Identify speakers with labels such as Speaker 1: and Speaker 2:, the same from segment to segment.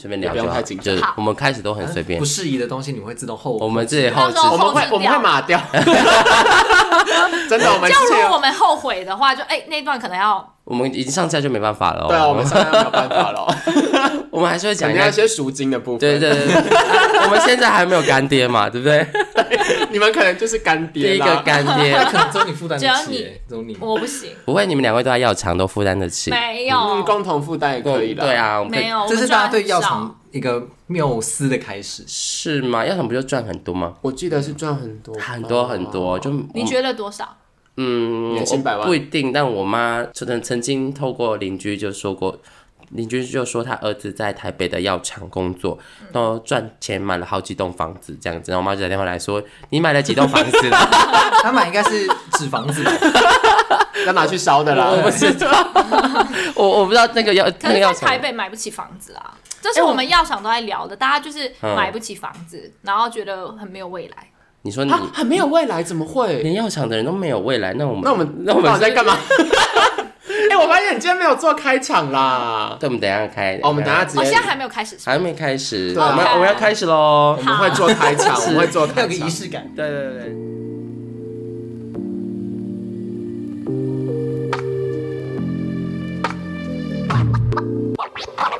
Speaker 1: 随便聊就
Speaker 2: 也不用
Speaker 1: 好，
Speaker 2: 太紧张
Speaker 1: 啊就是
Speaker 3: 好
Speaker 1: 我们开始都很随便
Speaker 2: 不，适宜的东西你们会自动后，
Speaker 1: 我们自己
Speaker 3: 到
Speaker 1: 后
Speaker 3: 时
Speaker 1: 置
Speaker 3: 候
Speaker 2: 我们会
Speaker 3: 后
Speaker 2: 我
Speaker 3: 置
Speaker 2: 们
Speaker 3: 哦掉
Speaker 2: 会码 掉，真的，我们
Speaker 3: 就
Speaker 2: 之
Speaker 3: 如
Speaker 2: 前
Speaker 3: 果
Speaker 2: 有
Speaker 3: 我们后悔的话，就哎、那一段可能要
Speaker 1: 我们已经上架就没办法了哦。
Speaker 2: 对啊，我们商量没有办法 了，
Speaker 1: 我们还是会讲
Speaker 2: 肯
Speaker 1: 一
Speaker 2: 定要
Speaker 1: 下
Speaker 2: 一。些赎金的部分，
Speaker 1: 对对对，对 啊我们现在还没有干爹嘛，对不对？
Speaker 2: 你们可能就是干
Speaker 1: 第
Speaker 2: 爹
Speaker 1: 一
Speaker 2: 啦，
Speaker 1: 个干爹
Speaker 4: 可能只有你负担得
Speaker 3: 只有
Speaker 4: 起
Speaker 3: 你
Speaker 4: 欸，只有你。
Speaker 3: 我不行，
Speaker 1: 不会，你们两位都在药厂都负担得起。
Speaker 3: 没有，
Speaker 2: 嗯，共同负担也可以啦。
Speaker 1: 对，啊，我们可以
Speaker 3: 没有，我
Speaker 4: 这
Speaker 3: 们
Speaker 4: 是大家对嗯药
Speaker 3: 赚很少
Speaker 4: 厂一个缪斯的开始。
Speaker 1: 是吗？药厂不就赚很多吗？
Speaker 2: 我记得是赚很多吧，
Speaker 1: 很多很多，就
Speaker 3: 你觉得多少？
Speaker 1: 嗯，
Speaker 2: 年薪
Speaker 1: 我
Speaker 2: 百万
Speaker 1: 不一定，但我妈曾曾经透过邻居就说过，邻居就说她儿子在台北的药厂工作，然后赚钱买了好几栋房子这样子，然后我妈就打电话来说，你买了几栋房子了？
Speaker 4: 他买应该是纸房 子吧，
Speaker 2: 要拿去烧的啦。
Speaker 1: 我不知道，我我不知道那个药
Speaker 3: 可
Speaker 1: 那个哎
Speaker 3: 是，
Speaker 1: 药
Speaker 3: 在
Speaker 1: 厂
Speaker 3: 台北买不起房子啊，这是我们药厂都在聊的，大家就是买不起房子，然后觉得很没有未来。
Speaker 1: 你说你
Speaker 2: 啊，很没有未来，怎么会？
Speaker 1: 连药厂的人都没有未来，那我们
Speaker 2: 那我们
Speaker 1: 那我
Speaker 2: 到
Speaker 1: 们
Speaker 2: 底在干嘛？ 哎，我发现你今天没有做开场啦。
Speaker 1: 对，我啊们等一下开，
Speaker 2: 哦我们等一下
Speaker 1: 嗯
Speaker 2: 直
Speaker 3: 我、
Speaker 2: 接
Speaker 3: 现在还没有开始，
Speaker 1: 还没开始，
Speaker 2: 对啊
Speaker 1: 我们我们要开始喽
Speaker 2: 我。们会做开场，我们会做
Speaker 4: 要
Speaker 2: 开
Speaker 4: 有个
Speaker 2: 场
Speaker 4: 仪。式感。
Speaker 1: 对对对。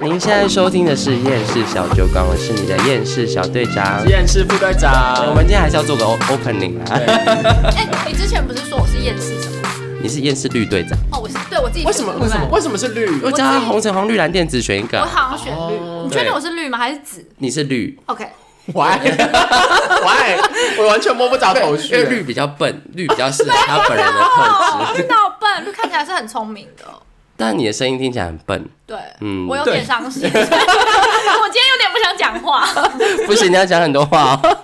Speaker 1: 您现在收听的是《厌世小酒馆》，我是你的厌世小队长
Speaker 2: 实。验室副队
Speaker 1: 我
Speaker 2: 长，
Speaker 1: 们今天还是要做个 o- opening 啊！
Speaker 3: 哎、你之前不是说我是厌世什么？
Speaker 1: 你是厌世绿队长，
Speaker 3: 哦，我是对我自己
Speaker 2: 为什么？
Speaker 3: 觉得
Speaker 2: 为什么？？为什么是绿？
Speaker 1: 我叫他红橙黄绿蓝靛紫选一
Speaker 3: 我
Speaker 1: 个，
Speaker 3: 好像选绿，
Speaker 2: 哦
Speaker 3: 你确
Speaker 1: 对
Speaker 3: 定我是绿吗？还是紫
Speaker 1: 你是绿，
Speaker 3: ？OK，
Speaker 2: why why？我完全摸不着头绪。
Speaker 1: 因为绿比较 笨，绿比较适合他本人的
Speaker 3: 哦
Speaker 1: 特，质。
Speaker 3: 绿到笨，绿看起来是很聪明的。
Speaker 1: 但你的声音听起来很笨，
Speaker 3: 对，
Speaker 1: 嗯
Speaker 3: 我有点伤心， 我今天有点不想讲话。
Speaker 1: 不行，你要讲很多话哦。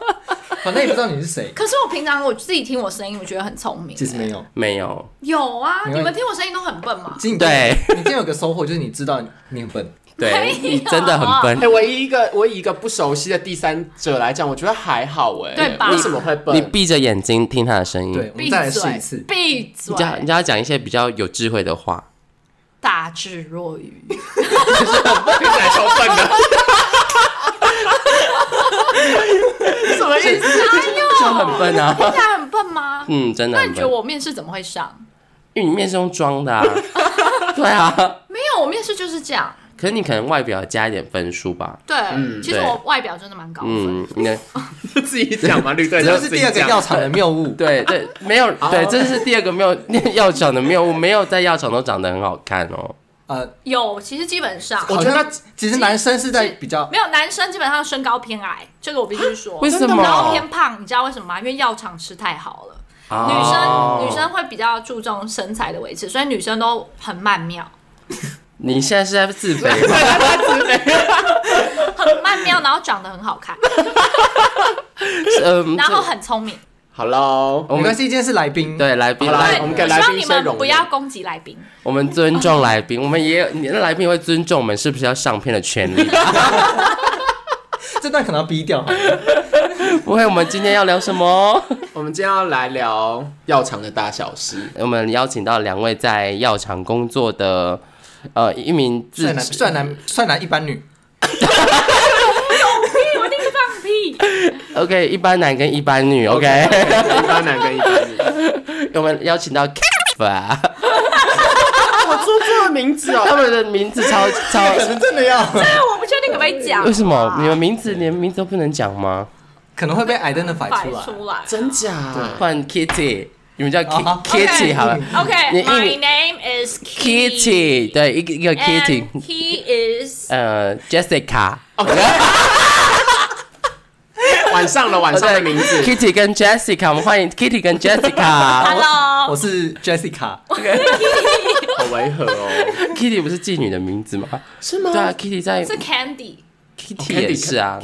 Speaker 4: 反正也不知道你是谁，
Speaker 3: 可是我平常我自己听我声音，我觉得很聪明。欸
Speaker 4: 其实没有。
Speaker 1: 没有，
Speaker 3: 有啊，
Speaker 4: 没关系
Speaker 3: 你们听我声音都很笨吗？
Speaker 4: 今
Speaker 1: 对
Speaker 4: 你今天有个收获就是你知道你很笨，
Speaker 1: 对
Speaker 3: 没有
Speaker 1: 你真的很笨
Speaker 2: 哎、。唯一一个我以一个不熟悉的第三者来讲，我觉得还好哎、
Speaker 3: 对吧
Speaker 2: 为什么会
Speaker 1: 你
Speaker 2: 笨？
Speaker 1: 闭着眼睛听他的声音，
Speaker 4: 对，我们
Speaker 3: 闭
Speaker 4: 再来试一
Speaker 3: 嘴
Speaker 4: 次，。
Speaker 3: 闭
Speaker 1: 你
Speaker 3: 嘴
Speaker 1: 就，要你就要讲一些比较有智慧的 话。
Speaker 3: 大智若 愚。
Speaker 2: 听起来超笨的。什么意思？
Speaker 1: 就很笨啊，
Speaker 3: 听起来很笨 吗？
Speaker 1: 嗯，真的
Speaker 3: 那
Speaker 1: 很
Speaker 3: 你觉
Speaker 1: 笨
Speaker 3: 得，我面试怎么会上？
Speaker 1: 因为你面是用装 的啊，对啊，
Speaker 3: 没有，我面试就是这样。
Speaker 1: 可是你可能外表加一点分数吧，
Speaker 3: 对，
Speaker 4: 嗯
Speaker 3: 其实
Speaker 1: 对
Speaker 3: 我外表真的蛮高分。
Speaker 1: 嗯，你的
Speaker 2: 自己讲 嘛，绿队
Speaker 4: 这
Speaker 2: 长
Speaker 4: 就是第二
Speaker 2: 自己
Speaker 4: 个
Speaker 2: 讲
Speaker 4: 药厂的谬误。
Speaker 1: 对对，没有对，这是第二个没有 药厂的谬误，没有在药厂都长得很好看哦，
Speaker 4: 呃，
Speaker 3: 有，其实基本上
Speaker 2: 我觉得
Speaker 4: 其实男生是在比较
Speaker 3: 没有男生基本上身高偏矮，这个我
Speaker 4: 啊
Speaker 3: 必须说。
Speaker 1: 为什
Speaker 3: 然后
Speaker 1: 么？
Speaker 3: 偏胖，你知道为什么吗？因为药厂吃太好了。
Speaker 4: 啊
Speaker 3: 女生、
Speaker 1: 哦
Speaker 3: 女生会比较注重身材的维持，所以女生都很曼妙，
Speaker 1: 你现在是在自卑 吗？
Speaker 3: 很曼妙，然后长得很 好看，
Speaker 1: 嗯，
Speaker 3: 然后
Speaker 1: 这
Speaker 3: 很聪明。
Speaker 2: ，Hello，
Speaker 1: 我
Speaker 4: 没
Speaker 1: 们
Speaker 4: 关系，今天是来宾，，
Speaker 1: 对来宾
Speaker 2: 好啦
Speaker 1: 来
Speaker 3: 对，
Speaker 2: 我们给来
Speaker 3: 希望
Speaker 2: 宾一
Speaker 3: 你
Speaker 2: 些容
Speaker 3: 们
Speaker 2: 忍
Speaker 3: 不要攻击来宾。
Speaker 1: 我们尊重来宾，我们也有你的来宾会尊重我们，是不是要上片的权 利？
Speaker 4: 这段可能要逼掉好了。
Speaker 1: 不会，我们今天要聊什么？
Speaker 2: 我们今天要来聊药厂的大小事。
Speaker 1: 我们邀请到两位在药厂工作的，呃，一名自
Speaker 4: 帅男，帅男，帅男一般女，
Speaker 3: 屁，我一定放屁。
Speaker 1: OK 一般男跟一般女 OK，
Speaker 2: 一般男跟一般女，
Speaker 1: 我们邀请到 Kev 啊，
Speaker 2: 好做作的名字
Speaker 1: 他
Speaker 2: 哦。
Speaker 1: 们的名字超超，
Speaker 4: 可能真的要，
Speaker 3: 我不确定可不可以讲。
Speaker 1: 为什么你们名字连名字都不能讲吗？
Speaker 4: 可能会被 identify
Speaker 3: 摆
Speaker 4: 出哦来。
Speaker 3: 出来？
Speaker 2: 真假？
Speaker 1: 换 Kitty，你们叫 Ki-
Speaker 4: 哦
Speaker 1: Kitty 好了
Speaker 3: OK,
Speaker 1: 你
Speaker 3: my name is
Speaker 1: ，Kitty 对一个一个 Kitty，
Speaker 3: and he is
Speaker 1: 呃 Jessica，
Speaker 2: 晚上了，晚上的名字。
Speaker 1: Kitty 跟 Jessica，我们欢迎 Kitty 跟 Jessica。
Speaker 3: hello
Speaker 4: 我是 Jessica，
Speaker 2: 好违和哦，
Speaker 1: Kitty 不是妓女的名字吗？
Speaker 2: 是
Speaker 1: 对啊，Kitty 在
Speaker 3: 是 Candy。
Speaker 1: Kitty
Speaker 2: Candy
Speaker 1: 也是啊，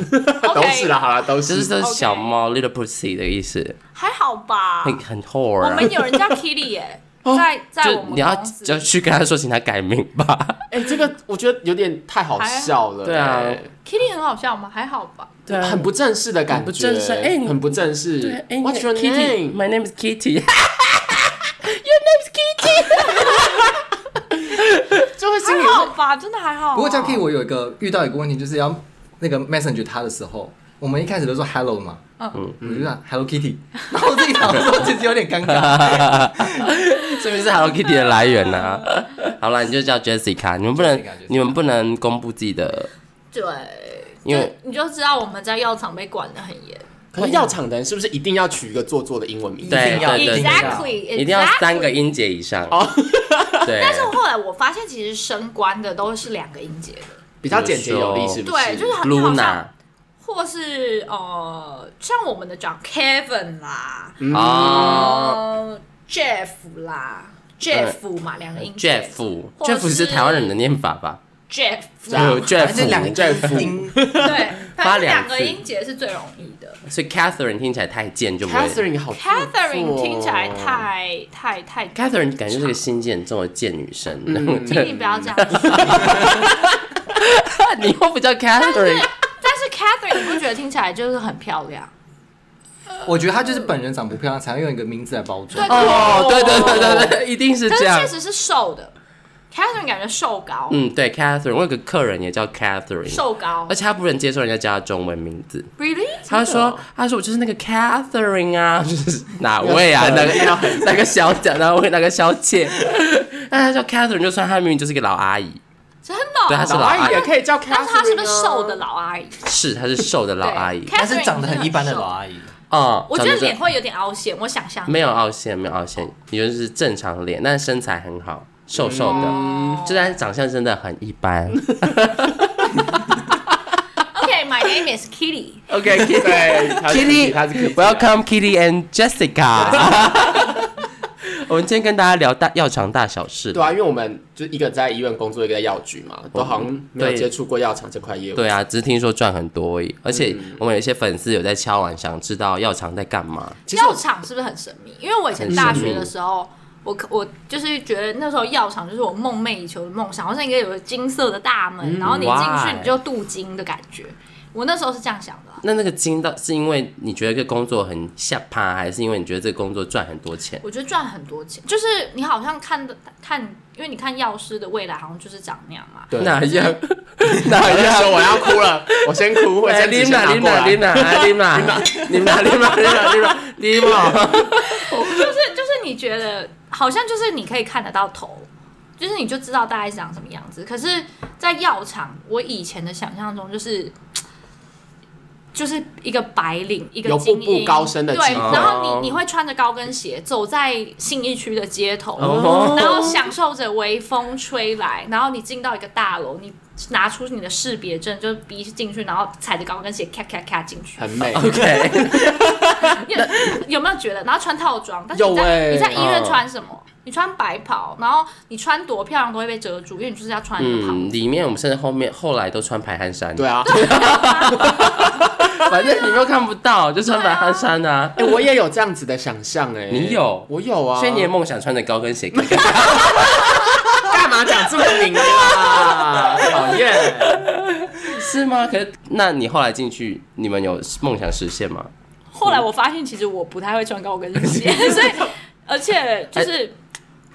Speaker 2: 都是啦，好啦，都
Speaker 1: 就是
Speaker 2: 是。
Speaker 1: 这是小
Speaker 3: OK
Speaker 1: 猫 little pussy 的意思，
Speaker 3: 还好吧？
Speaker 1: 很很 whore
Speaker 3: 我
Speaker 1: 啊。
Speaker 3: 们有人叫 Kitty 耶，在在我
Speaker 1: 哦就
Speaker 3: 们
Speaker 1: 你要
Speaker 3: 公司
Speaker 1: 就去跟他说，请他改名吧。
Speaker 2: 哎，这个我觉得有点太好笑了。
Speaker 1: 对啊
Speaker 2: 哎
Speaker 3: Kitty 很好笑吗？还好吧？
Speaker 1: 对
Speaker 2: 很不正式的感
Speaker 1: 很
Speaker 2: 觉，
Speaker 1: 不正式哎你
Speaker 2: 很不正
Speaker 1: 对
Speaker 2: 式。
Speaker 1: 哎
Speaker 2: What's your
Speaker 1: Kitty,
Speaker 2: name？
Speaker 1: My name is Kitty。
Speaker 2: 就会心里
Speaker 3: 还好吧，真的还好啊。
Speaker 4: 不过 Jackie，我有一个遇到一个问题，就是要那个 Messenger 他的时候，我们一开始都说 Hello 嘛，
Speaker 3: 嗯
Speaker 4: 我就想 Hello Kitty，然后我自己想说其实有点尴尬，
Speaker 1: 这边是 Hello Kitty 的来源呐、好了，你就叫 Jessica，你们不能
Speaker 4: Jessica，Jessica
Speaker 1: 你们不能公布自己的，
Speaker 3: 对，
Speaker 1: 因为
Speaker 3: 就你就知道我们在药厂被管得很严。
Speaker 2: 可是药厂的人是不是一定要取一个做作的英文 名？
Speaker 1: 对
Speaker 4: 一定要
Speaker 1: 对对
Speaker 3: Exactly，
Speaker 1: 一定要
Speaker 3: exactly
Speaker 1: 三个。音节以上。对，
Speaker 3: 但是后来我发现，其实升官的都是两个音节的，
Speaker 2: 比较简洁有力，是不是？
Speaker 3: 对，就是很好像
Speaker 1: Luna
Speaker 3: 或是呃，像我们的讲 Kevin 啦，
Speaker 1: 嗯哦
Speaker 3: 呃 Jeff 啦，Jeff 嘛，两个音节或
Speaker 1: ，Jeff，Jeff 嗯是台湾人的念法吧？
Speaker 3: Jeff
Speaker 1: 对
Speaker 3: 啦，
Speaker 4: 反正两个
Speaker 1: Jeff，
Speaker 4: 在
Speaker 2: 在乎
Speaker 4: 音
Speaker 3: 对，
Speaker 1: 发
Speaker 3: 反
Speaker 1: 两
Speaker 3: 正两
Speaker 1: 次
Speaker 3: 个音节是最容易的。
Speaker 1: 所以 Catherine 听起来太贱，就不会。
Speaker 2: Catherine 好做作哦
Speaker 3: Catherine 听起来太太太
Speaker 1: Catherine 感觉是个嗯心机很重的贱女生，然后
Speaker 3: 请你不要这 样说。
Speaker 1: 你又不叫 Catherine，
Speaker 3: 但是 Catherine 你不觉得听起来就是很漂亮？
Speaker 4: 我觉得他就是本人长不漂亮，才会用一个名字来包装
Speaker 3: 对。
Speaker 1: 哦，对对对对对，一定是
Speaker 3: 可是
Speaker 1: 这样
Speaker 3: 确。实是瘦的，Catherine 感觉瘦高，
Speaker 1: 嗯，对，Catherine，我有个客人也叫 Catherine，
Speaker 3: 瘦高
Speaker 1: 而且他不能接受人家叫他中文名字，
Speaker 3: ，really？
Speaker 1: 他说他说我就是那个 Catherine 啊，就是哪位啊，哪
Speaker 2: 真的
Speaker 1: 个哪个小姐，哪位哪个小姐，但他叫 Catherine，就算他明明就是个老阿姨，
Speaker 3: 真
Speaker 1: 对
Speaker 3: 的
Speaker 1: 他
Speaker 3: 哦，
Speaker 1: 是
Speaker 2: 老
Speaker 1: 老阿
Speaker 2: 阿姨
Speaker 1: 姨
Speaker 2: 也，可以叫 Catherine，啊
Speaker 3: 但是她是不是瘦
Speaker 2: 了？
Speaker 3: 的老阿姨？
Speaker 1: 是她是瘦的老阿姨
Speaker 3: 对，
Speaker 4: 但是长得很一般的老
Speaker 3: 姨。
Speaker 4: 阿姨，
Speaker 1: 嗯，
Speaker 3: 我觉得
Speaker 1: 长
Speaker 3: 脸会有点凹陷，我 想象
Speaker 1: 没有凹陷，没有凹陷，也就是正常脸，但身材很好，瘦瘦的，
Speaker 2: 嗯
Speaker 1: 就但是长相真的很一 般。
Speaker 3: OK，My name is Kitty。
Speaker 2: 对她是
Speaker 1: OK，Kitty，
Speaker 2: 她是 Kitty 啊
Speaker 1: Welcome Kitty and Jessica。我们今天跟大家聊大药厂大小事。
Speaker 2: 对啊，因为我们就一个在医院工作，一个在药局嘛，都好像没有接触过药厂这块业务。
Speaker 1: 对啊，只是听说赚很多而已，而且我们有一些粉丝有在敲碗，想知道药厂在干嘛。
Speaker 2: 其实
Speaker 3: 药
Speaker 2: 我
Speaker 3: 厂是不是很神秘？因为我以前
Speaker 1: 很
Speaker 3: 大
Speaker 1: 神秘
Speaker 3: 学的时候，我可我就是觉得那时候药厂就是我梦寐以求的梦想，好像一个有个金色的大门，然后你进去
Speaker 1: 嗯 why？
Speaker 3: 你就镀金的感觉。我那时候是这样想的啊，
Speaker 1: 那那个金到是因为你觉得这个工作很下趴，还是因为你觉得这个工作赚很多钱？
Speaker 3: 我觉得赚很多钱，就是你好像看的看，因为你看药师的未来好像就是长那样 嘛。
Speaker 2: 对
Speaker 1: 哪样？
Speaker 2: 我
Speaker 1: 哪
Speaker 2: 就
Speaker 1: 样？
Speaker 2: 说我要哭 了，我先哭，我
Speaker 1: 哎
Speaker 2: 先
Speaker 1: 琳
Speaker 2: 直接
Speaker 1: 娜，
Speaker 2: 拿
Speaker 1: 琳
Speaker 2: 过
Speaker 1: 娜，
Speaker 2: 来
Speaker 1: 琳。娜， 琳娜，琳娜，琳娜，琳娜，琳娜，琳娜，
Speaker 3: 就是就是你觉得好像就是你可以看得到头，就是你就知道大概是长什么样子。可是，在药厂，我以前的想象中就是。就是一个白领，一个
Speaker 2: 有
Speaker 3: 精
Speaker 2: 步
Speaker 3: 英，
Speaker 2: 步高升的
Speaker 3: 对，
Speaker 2: 机会
Speaker 3: 然后你你会穿着高跟鞋走在信义区的街头，
Speaker 1: 哦
Speaker 3: 然后享受着微风吹来，然后你进到一个大楼，你拿出你的识别证，就是逼进去，然后踩着高跟鞋咔咔咔进去，
Speaker 4: 哎
Speaker 2: 很美，
Speaker 1: OK，
Speaker 3: 有有没有觉得？然后穿套装，但是
Speaker 2: 有
Speaker 3: 你在、
Speaker 2: 欸
Speaker 3: 你在医院
Speaker 1: 嗯
Speaker 3: 穿什么？你穿白袍，然后你穿多漂亮都会被遮住，因为你就是要穿一个袍
Speaker 1: 嗯，
Speaker 3: 子。
Speaker 1: 里面我们甚至后面后来都穿排汗衫，
Speaker 2: 对，啊，
Speaker 1: 反正你们又看不到，就穿排汗衫 啊。
Speaker 2: 哎，我也有这样子的想象哎，
Speaker 1: 你有
Speaker 2: 我有啊，
Speaker 1: 所以 你的梦想穿着高跟鞋看看，
Speaker 2: 干嘛讲这么明啊？讨厌，
Speaker 1: 是吗？可是那你后来进去，你们有梦想实现吗？
Speaker 3: 后来我发现，其实我不太会穿高跟鞋， 所以而且就是、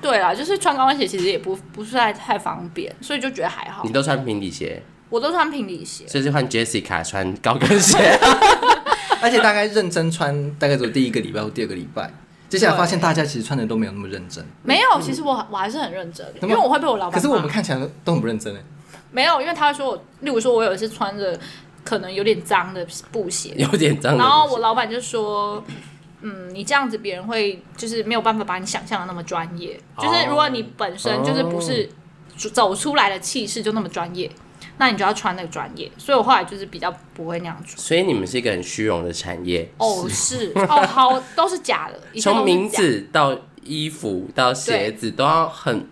Speaker 3: 对啦，就是穿高跟鞋其实也不不是太太方便，所以就觉得还好
Speaker 1: 你。都穿平底鞋，
Speaker 3: 我都穿平底鞋，
Speaker 1: 所以就换 Jessica 穿高跟鞋。
Speaker 4: 而且大概认真穿，大概只有第一个礼拜或第二个礼拜。接下来发现大家其实穿的都没有那么认真，
Speaker 3: 没有，其实我我还是很认真，
Speaker 4: 那
Speaker 3: 因
Speaker 4: 么
Speaker 3: 为我会被我老板骂。
Speaker 4: 可是我们看起来都很不认真哎。
Speaker 3: 没有，因为他会说我，例如说我有一次穿着可能有点脏的布鞋，
Speaker 1: 有点脏的。
Speaker 3: 然后我老板就说。嗯，你这样子别人会就是没有办法把你想象的那么专业，
Speaker 1: 哦
Speaker 3: 就是如果你本身就是不是走走出来的气势就那么专业，那你就要穿那个专业。所以我后来就是比较不会那样穿。
Speaker 1: 所以你们是一个很虚荣的产业，
Speaker 3: 哦，是哦，好，都是假的，一切都
Speaker 1: 从
Speaker 3: 是
Speaker 1: 名
Speaker 3: 假
Speaker 1: 字到衣服到鞋子都要很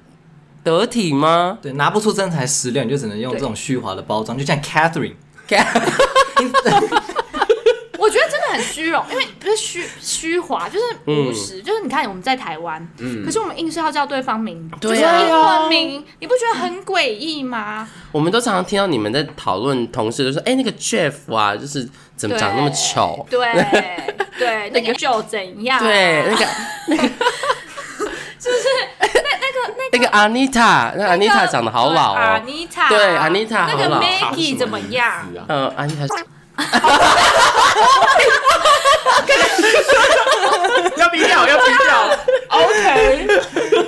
Speaker 1: 得体吗？
Speaker 4: 对，拿不出真材实料，你就只能用这种虚华的包装，就像 Catherine，
Speaker 3: 我觉得真的很虚荣，因为不是虚虚华，就是务
Speaker 1: 嗯
Speaker 3: 实，就是你看我们在台湾，可是我们硬是要叫对方名，就是
Speaker 1: 对啊
Speaker 3: 英文名，你不觉得很诡异吗？
Speaker 1: 我们都常常听到你们在讨论同事，就说：“哎、那个 Jeff 啊，就是怎么长那么丑？
Speaker 3: 对对，那个就怎样？
Speaker 1: 对，那个那个 Anita，那 Anita 长得好老
Speaker 3: 阿
Speaker 1: 哦。
Speaker 3: 妮塔，
Speaker 1: 对 Anita
Speaker 3: 那
Speaker 1: 好
Speaker 3: 个
Speaker 1: 老哦
Speaker 3: Maggie 怎么样？
Speaker 2: 啊？
Speaker 1: 嗯，Anita，
Speaker 2: 要低调，要低调。OK。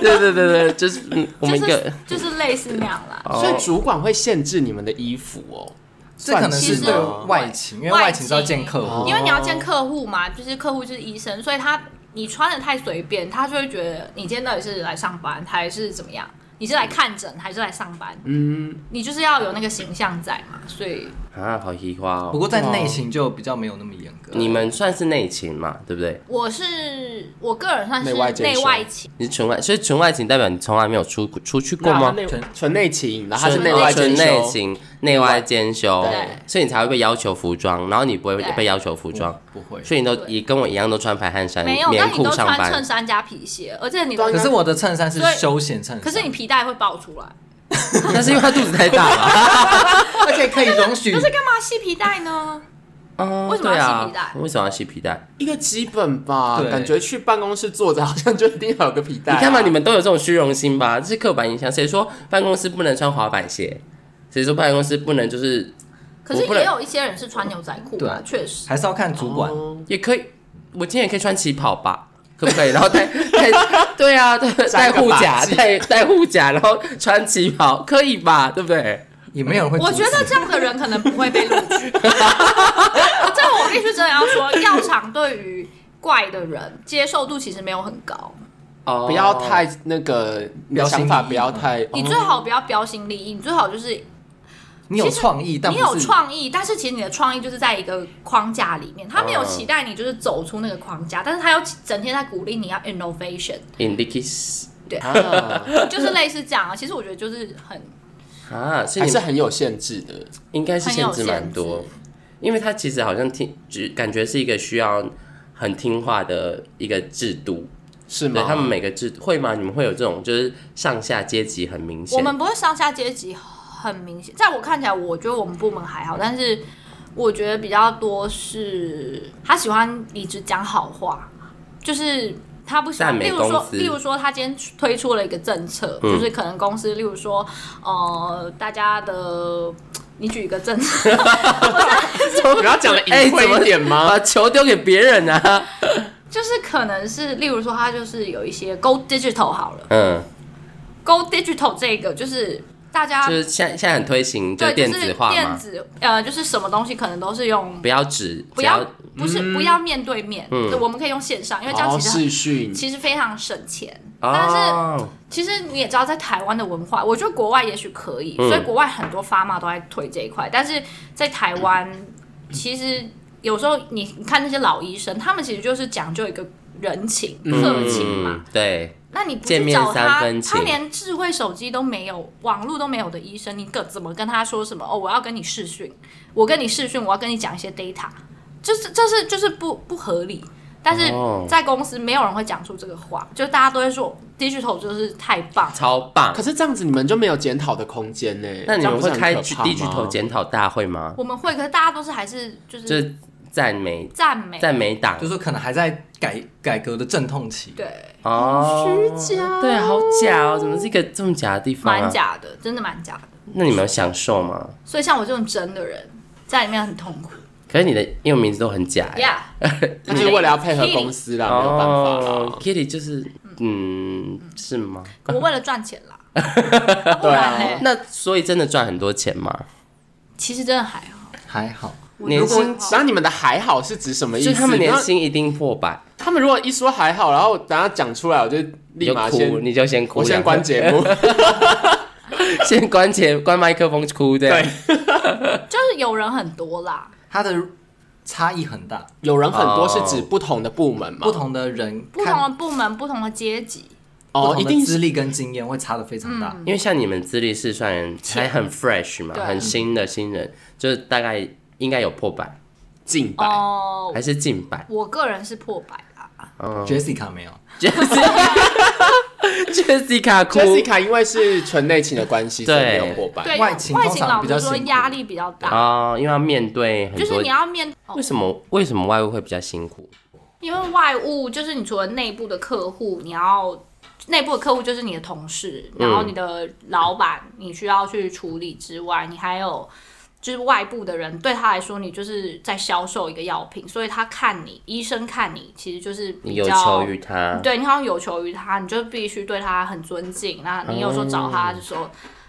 Speaker 1: 对对对对，就是嗯，我们一个，
Speaker 3: 就是就是类似那样啦。
Speaker 1: 哦
Speaker 2: 所以主管会限制你们的衣服哦。
Speaker 4: 这可能
Speaker 2: 算
Speaker 4: 是
Speaker 3: 其实
Speaker 4: 对
Speaker 2: 吗
Speaker 4: 外勤，因为
Speaker 3: 外
Speaker 4: 外勤是要
Speaker 3: 勤
Speaker 4: 见客户，
Speaker 3: 因为你要见客户嘛，就是客户就是医生，所以他你穿的太随便，他就会觉得你今天到底是来上班还是怎么样？你是来看诊还是来上班？
Speaker 2: 嗯，
Speaker 3: 你就是要有那个形象在嘛，所以
Speaker 1: 啊，好喜欢
Speaker 4: 不
Speaker 1: 哦。
Speaker 4: 过在内勤就比较没有那么严格。
Speaker 1: 你们算是内勤嘛，对不对？
Speaker 3: 我是我个人算是
Speaker 2: 内外兼
Speaker 3: 内
Speaker 2: 修
Speaker 3: 外勤，
Speaker 1: 你是纯外，所以纯外勤代表你从来没有出出去过吗？
Speaker 2: 纯纯内勤，然后他是
Speaker 1: 啊纯哦
Speaker 2: 内外兼
Speaker 1: 纯内
Speaker 2: 修。
Speaker 1: 勤，内外兼修
Speaker 3: 对，
Speaker 1: 所以你才会被要求服装，然后你不会
Speaker 3: 对
Speaker 1: 被要求服装，
Speaker 4: 不会。
Speaker 1: 所以你都
Speaker 3: 对
Speaker 1: 也跟我一样都穿排汗衫、
Speaker 3: 没有，
Speaker 1: 嗯棉
Speaker 3: 但你
Speaker 1: 裤
Speaker 3: 都
Speaker 1: 上
Speaker 3: 穿衬
Speaker 1: 班。
Speaker 3: 衫加皮鞋，而且你的
Speaker 4: 可是我的衬衫是
Speaker 3: 所以
Speaker 4: 休闲衬衫，
Speaker 3: 可是你皮带会爆出来，
Speaker 1: 那是因为他肚子太大了。
Speaker 4: 而且可以容许
Speaker 3: 可是干嘛系皮带呢？
Speaker 1: 嗯
Speaker 3: 为什么
Speaker 1: 对
Speaker 3: 要系
Speaker 1: 啊
Speaker 3: 皮带
Speaker 1: 为什么要系皮带？
Speaker 2: 一个基本吧，
Speaker 4: 对
Speaker 2: 感觉去办公室坐着好像就一定要有个皮带、啊
Speaker 1: 你看嘛，你。们都有这种虚荣心吧？这是刻板印象。谁说办公室不能穿滑板鞋？谁说办公室不能就是
Speaker 3: 可是
Speaker 1: 我不能
Speaker 3: 也有一些人是穿牛仔裤
Speaker 4: 对
Speaker 3: 啊
Speaker 4: 啊，
Speaker 3: 确实。
Speaker 4: 还是要看主管。
Speaker 2: 哦
Speaker 1: 也可以？我今天也可以穿旗袍吧？可不可以？然后戴戴对啊， 对戴
Speaker 2: 扎个
Speaker 1: 护甲
Speaker 2: 发，髻
Speaker 1: 戴戴护甲，然后穿旗袍，可以吧？对不对？
Speaker 4: 也没有人会。
Speaker 3: 我觉得，这样的人可能不会被录取。 这个我必须真的要说，药厂对于怪的人接受度其实没有很高。
Speaker 1: 哦
Speaker 2: 不要太那个，你的想法不要太。
Speaker 3: 你
Speaker 2: 哦
Speaker 3: 最好不要标新立异，你最好就是
Speaker 4: 你有
Speaker 3: 其实
Speaker 4: 创意，但
Speaker 3: 你
Speaker 4: 不
Speaker 3: 有
Speaker 4: 是
Speaker 3: 创意，但是其实你的创意就是在一个框架里面，他没有期待你就是走出那个框架，但是他又整天在鼓励你要 innovation，
Speaker 1: indicus
Speaker 3: 对，
Speaker 2: 啊，
Speaker 3: 就是类似这样啊。其实我觉得就是很
Speaker 1: 啊，所以
Speaker 2: 还
Speaker 1: 你
Speaker 2: 是
Speaker 1: 们
Speaker 2: 很有限制的。
Speaker 1: 应该是
Speaker 3: 很
Speaker 1: 限
Speaker 3: 有
Speaker 1: 制
Speaker 3: 限
Speaker 1: 蛮多
Speaker 3: 制，
Speaker 1: 因为它其实好像听，只感觉是一个需要很听话的一个制度。
Speaker 2: 是
Speaker 1: 对
Speaker 2: 吗？
Speaker 1: 他们每个制度会吗？你们会有这种就是上下阶级很明显？
Speaker 3: 我们不会上下阶级很明显，在我看起来，我觉得我们部门还好，但是我觉得比较多是他喜欢离职讲好话，就是他不喜
Speaker 1: 赞
Speaker 3: 欢，
Speaker 1: 美
Speaker 3: 例如说
Speaker 1: 公，司
Speaker 3: 例如说他今天推出了一个政策，
Speaker 1: 嗯
Speaker 3: 就是可能公司，例如说，呃，大家的。你举一个政策，
Speaker 2: 不要讲的
Speaker 1: 哎
Speaker 2: 隐晦一点吗？
Speaker 1: 把啊球丢给别人啊？
Speaker 3: 就是可能是，例如说，他就是有一些 go digital 好了
Speaker 1: 嗯，
Speaker 3: ，go digital 这个就是大家
Speaker 1: 就是现在现在很推行就
Speaker 3: 对，
Speaker 1: 是电
Speaker 3: 就是
Speaker 1: 子化
Speaker 3: 电
Speaker 1: 嘛，
Speaker 3: 子呃，就是什么东西可能都是用
Speaker 1: 不要纸，
Speaker 3: 不
Speaker 1: 只
Speaker 3: 要
Speaker 1: 要
Speaker 3: 不是、不要面对面，
Speaker 1: 嗯
Speaker 3: 对我们可以用线上，因为这样
Speaker 2: 哦，
Speaker 3: 其实很、
Speaker 2: 视讯
Speaker 3: 其实非常省钱。但是
Speaker 1: 哦，
Speaker 3: 其实你也知道，在台湾的文化，我觉得国外也许可以，
Speaker 1: 嗯
Speaker 3: 所以国外很多发妈都在推这一块，但是在台湾，其实有时候你你看那些老医生，他们其实就是讲究一个人情、客
Speaker 1: 嗯
Speaker 3: 情嘛。
Speaker 1: 对，
Speaker 3: 那你不
Speaker 1: 见
Speaker 3: 去
Speaker 1: 面
Speaker 3: 找
Speaker 1: 三
Speaker 3: 他
Speaker 1: 分，
Speaker 3: 他
Speaker 1: 情
Speaker 3: 连智慧手机都没有，网络都没有的医生，你可怎么跟他说什么？哦，我要跟你视讯，我跟你视讯，我要跟你讲一些 data，就是这是就是不不合理。但是
Speaker 1: 哦
Speaker 3: 在公司没有人会讲出这个话，就大家都会说 digital 就是太棒。
Speaker 1: 超棒
Speaker 2: 可。是这样子你们就没有检讨的空间呢、
Speaker 1: 那你们会开
Speaker 2: 这样不是很可怕
Speaker 1: digital
Speaker 2: 吗
Speaker 1: 检讨大会吗？
Speaker 3: 我们会，可是大家都是还是就
Speaker 1: 就是是赞美
Speaker 3: 赞嗯美，
Speaker 1: 赞美党
Speaker 4: 就是可能还在改改革的阵痛期。
Speaker 3: 对，
Speaker 1: 哦，
Speaker 3: 虚假
Speaker 1: 对，好假哦，怎么是一个这么假的地方
Speaker 3: 蛮
Speaker 1: 啊？
Speaker 3: 假的，真的蛮假的。
Speaker 1: 那你们有享受吗？
Speaker 3: 所以像我这种真的人，在里面很痛苦。
Speaker 1: 可是你的英文名字都很假哎。
Speaker 3: Yeah，
Speaker 2: 那 就是为了要配合公司啦，
Speaker 1: 哦
Speaker 2: 没有办法啦。
Speaker 1: k i t t y 就是，嗯，是吗？
Speaker 3: 我为了赚钱啦，啊不然嘞，
Speaker 1: 那所以真的赚很多钱吗？
Speaker 3: 其实真的还好。
Speaker 4: 还好，
Speaker 3: 我觉得
Speaker 1: 年薪
Speaker 3: 我
Speaker 2: 然后你们的还好是指什么意
Speaker 1: 就
Speaker 2: 思？
Speaker 1: 是他们年
Speaker 2: 那
Speaker 1: 薪一定破百，
Speaker 2: 他们如果一说还好，然后等下讲出来，我就
Speaker 1: 你
Speaker 2: 立
Speaker 1: 就
Speaker 2: 马先
Speaker 1: 哭，你就先哭，
Speaker 2: 我先关，节目。
Speaker 1: 先关节关麦克风哭这样。
Speaker 3: 就是有人很多啦，
Speaker 4: 他的差异很大，
Speaker 2: 有人很多是
Speaker 1: 哦
Speaker 2: 指不同的部门嘛？
Speaker 4: 不同的人
Speaker 3: 不
Speaker 4: 看
Speaker 3: 同的部门、不同的阶级，
Speaker 2: 哦，
Speaker 4: 不
Speaker 2: 一
Speaker 4: 同的
Speaker 2: 定
Speaker 4: 资
Speaker 2: 是
Speaker 4: 历跟经验会差的非常大。
Speaker 1: 因为像你们资历是算还很 fresh 嘛，
Speaker 3: 对
Speaker 1: 很新的新人，就是大概应该有破百，
Speaker 2: 近百。
Speaker 3: 哦
Speaker 1: 还，是近百。
Speaker 3: 我个人是破百啦，
Speaker 4: Jessica 没有，
Speaker 1: Jessica 哭
Speaker 2: Jessica 因为是纯内勤的关系，所以没有伙伴。
Speaker 3: 对，
Speaker 4: 外勤
Speaker 3: 外
Speaker 4: 通
Speaker 3: 勤
Speaker 4: 常
Speaker 3: 老
Speaker 4: 比较
Speaker 3: 实说
Speaker 4: 辛苦
Speaker 3: 压力比较大，
Speaker 1: 啊，因为要面对很
Speaker 3: 就是
Speaker 1: 多
Speaker 3: 你。要面，哦
Speaker 1: 为什么为什么外务会比较辛苦？
Speaker 3: 因为外务就是你除了内部的客户，你要内部的客户就是你的同事，
Speaker 1: 嗯
Speaker 3: 然后你的老板，你需要去处理之外，你还有就是外部的人，对他来说，你就是在销售一个药品，所以他看你，医生看你，其实就是
Speaker 1: 你
Speaker 3: 比
Speaker 1: 有
Speaker 3: 较
Speaker 1: 求于他，
Speaker 3: 对你好像有求于他，你就必须对他很尊敬。那你有时候找
Speaker 1: 哦
Speaker 3: 他的时候，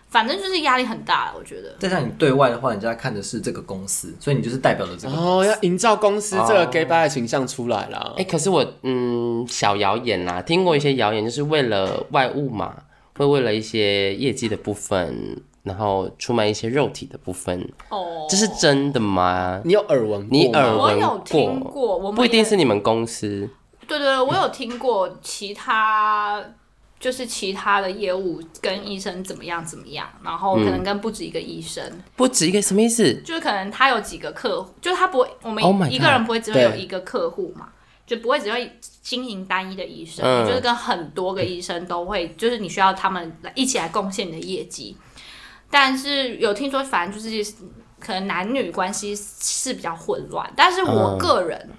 Speaker 3: 反正就是压力很大，我觉得。
Speaker 4: 再像你对外的话，人家看的是这个公司，所以你就是代表了这个。
Speaker 2: 哦，要营造公司这个
Speaker 1: 哦
Speaker 2: gay bye 的形象出来啦
Speaker 1: 哎、。可是我嗯，小谣言啦，听过一些谣言，就是为了外物嘛，会为了一些业绩的部分，然后出卖一些肉体的部分，
Speaker 3: 哦，呃
Speaker 1: 这是真的吗？
Speaker 2: 你有耳闻过吗？
Speaker 1: 你耳
Speaker 3: 我
Speaker 1: 闻
Speaker 3: 有听
Speaker 1: 过
Speaker 3: 过，我们
Speaker 1: 不一定
Speaker 3: 也
Speaker 1: 是你们公司，
Speaker 3: 对对对，我有听过其他，就是其他的业务跟医生怎么样怎么样，然后可
Speaker 1: 嗯
Speaker 3: 能跟不止一个医生，
Speaker 1: 不止一个，什么意思？
Speaker 3: 就是可能他有几个客户，就是他不会，我们
Speaker 1: Oh my god，
Speaker 3: 一个人不会只会有
Speaker 2: 对
Speaker 3: 一个客户嘛。就不会只会经营单一的医生，
Speaker 1: 嗯
Speaker 3: 你就是跟很多个医生都会，就是你需要他们来一起来贡献你的业绩。但是有听说，反正就是可能男女关系是比较混乱，但是我
Speaker 1: 嗯
Speaker 3: 个人、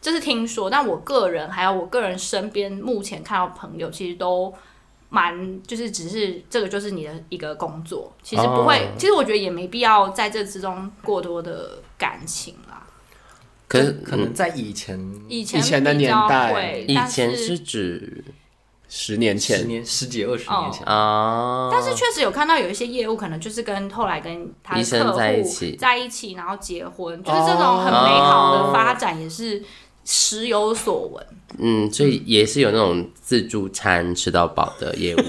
Speaker 3: 这是听说，但我个人还有我个人身边目前看到朋友，其实都蛮就是只是这个就是你的一个工作，其实不会，
Speaker 1: 哦
Speaker 3: 其实我觉得也没必要在这之中过多的感情啦。
Speaker 1: 可是
Speaker 4: 可能在以前
Speaker 3: 以前
Speaker 2: 以前的
Speaker 3: 比较
Speaker 2: 年代
Speaker 3: 会
Speaker 1: 以
Speaker 3: 但
Speaker 1: 前
Speaker 3: 是
Speaker 1: 是指
Speaker 2: 十年
Speaker 4: 十
Speaker 2: 前，
Speaker 4: 年、十几、二十年
Speaker 3: 哦
Speaker 4: 前，
Speaker 1: 啊，
Speaker 3: 但是确实有看到有一些业务可能就是跟后来跟他的
Speaker 1: 医生
Speaker 3: 客户
Speaker 1: 在一起
Speaker 3: 在一起，然后结婚，就是这种很美好的发展也是时有所闻。
Speaker 1: 嗯，所以也是有那种自助餐吃到饱的业务，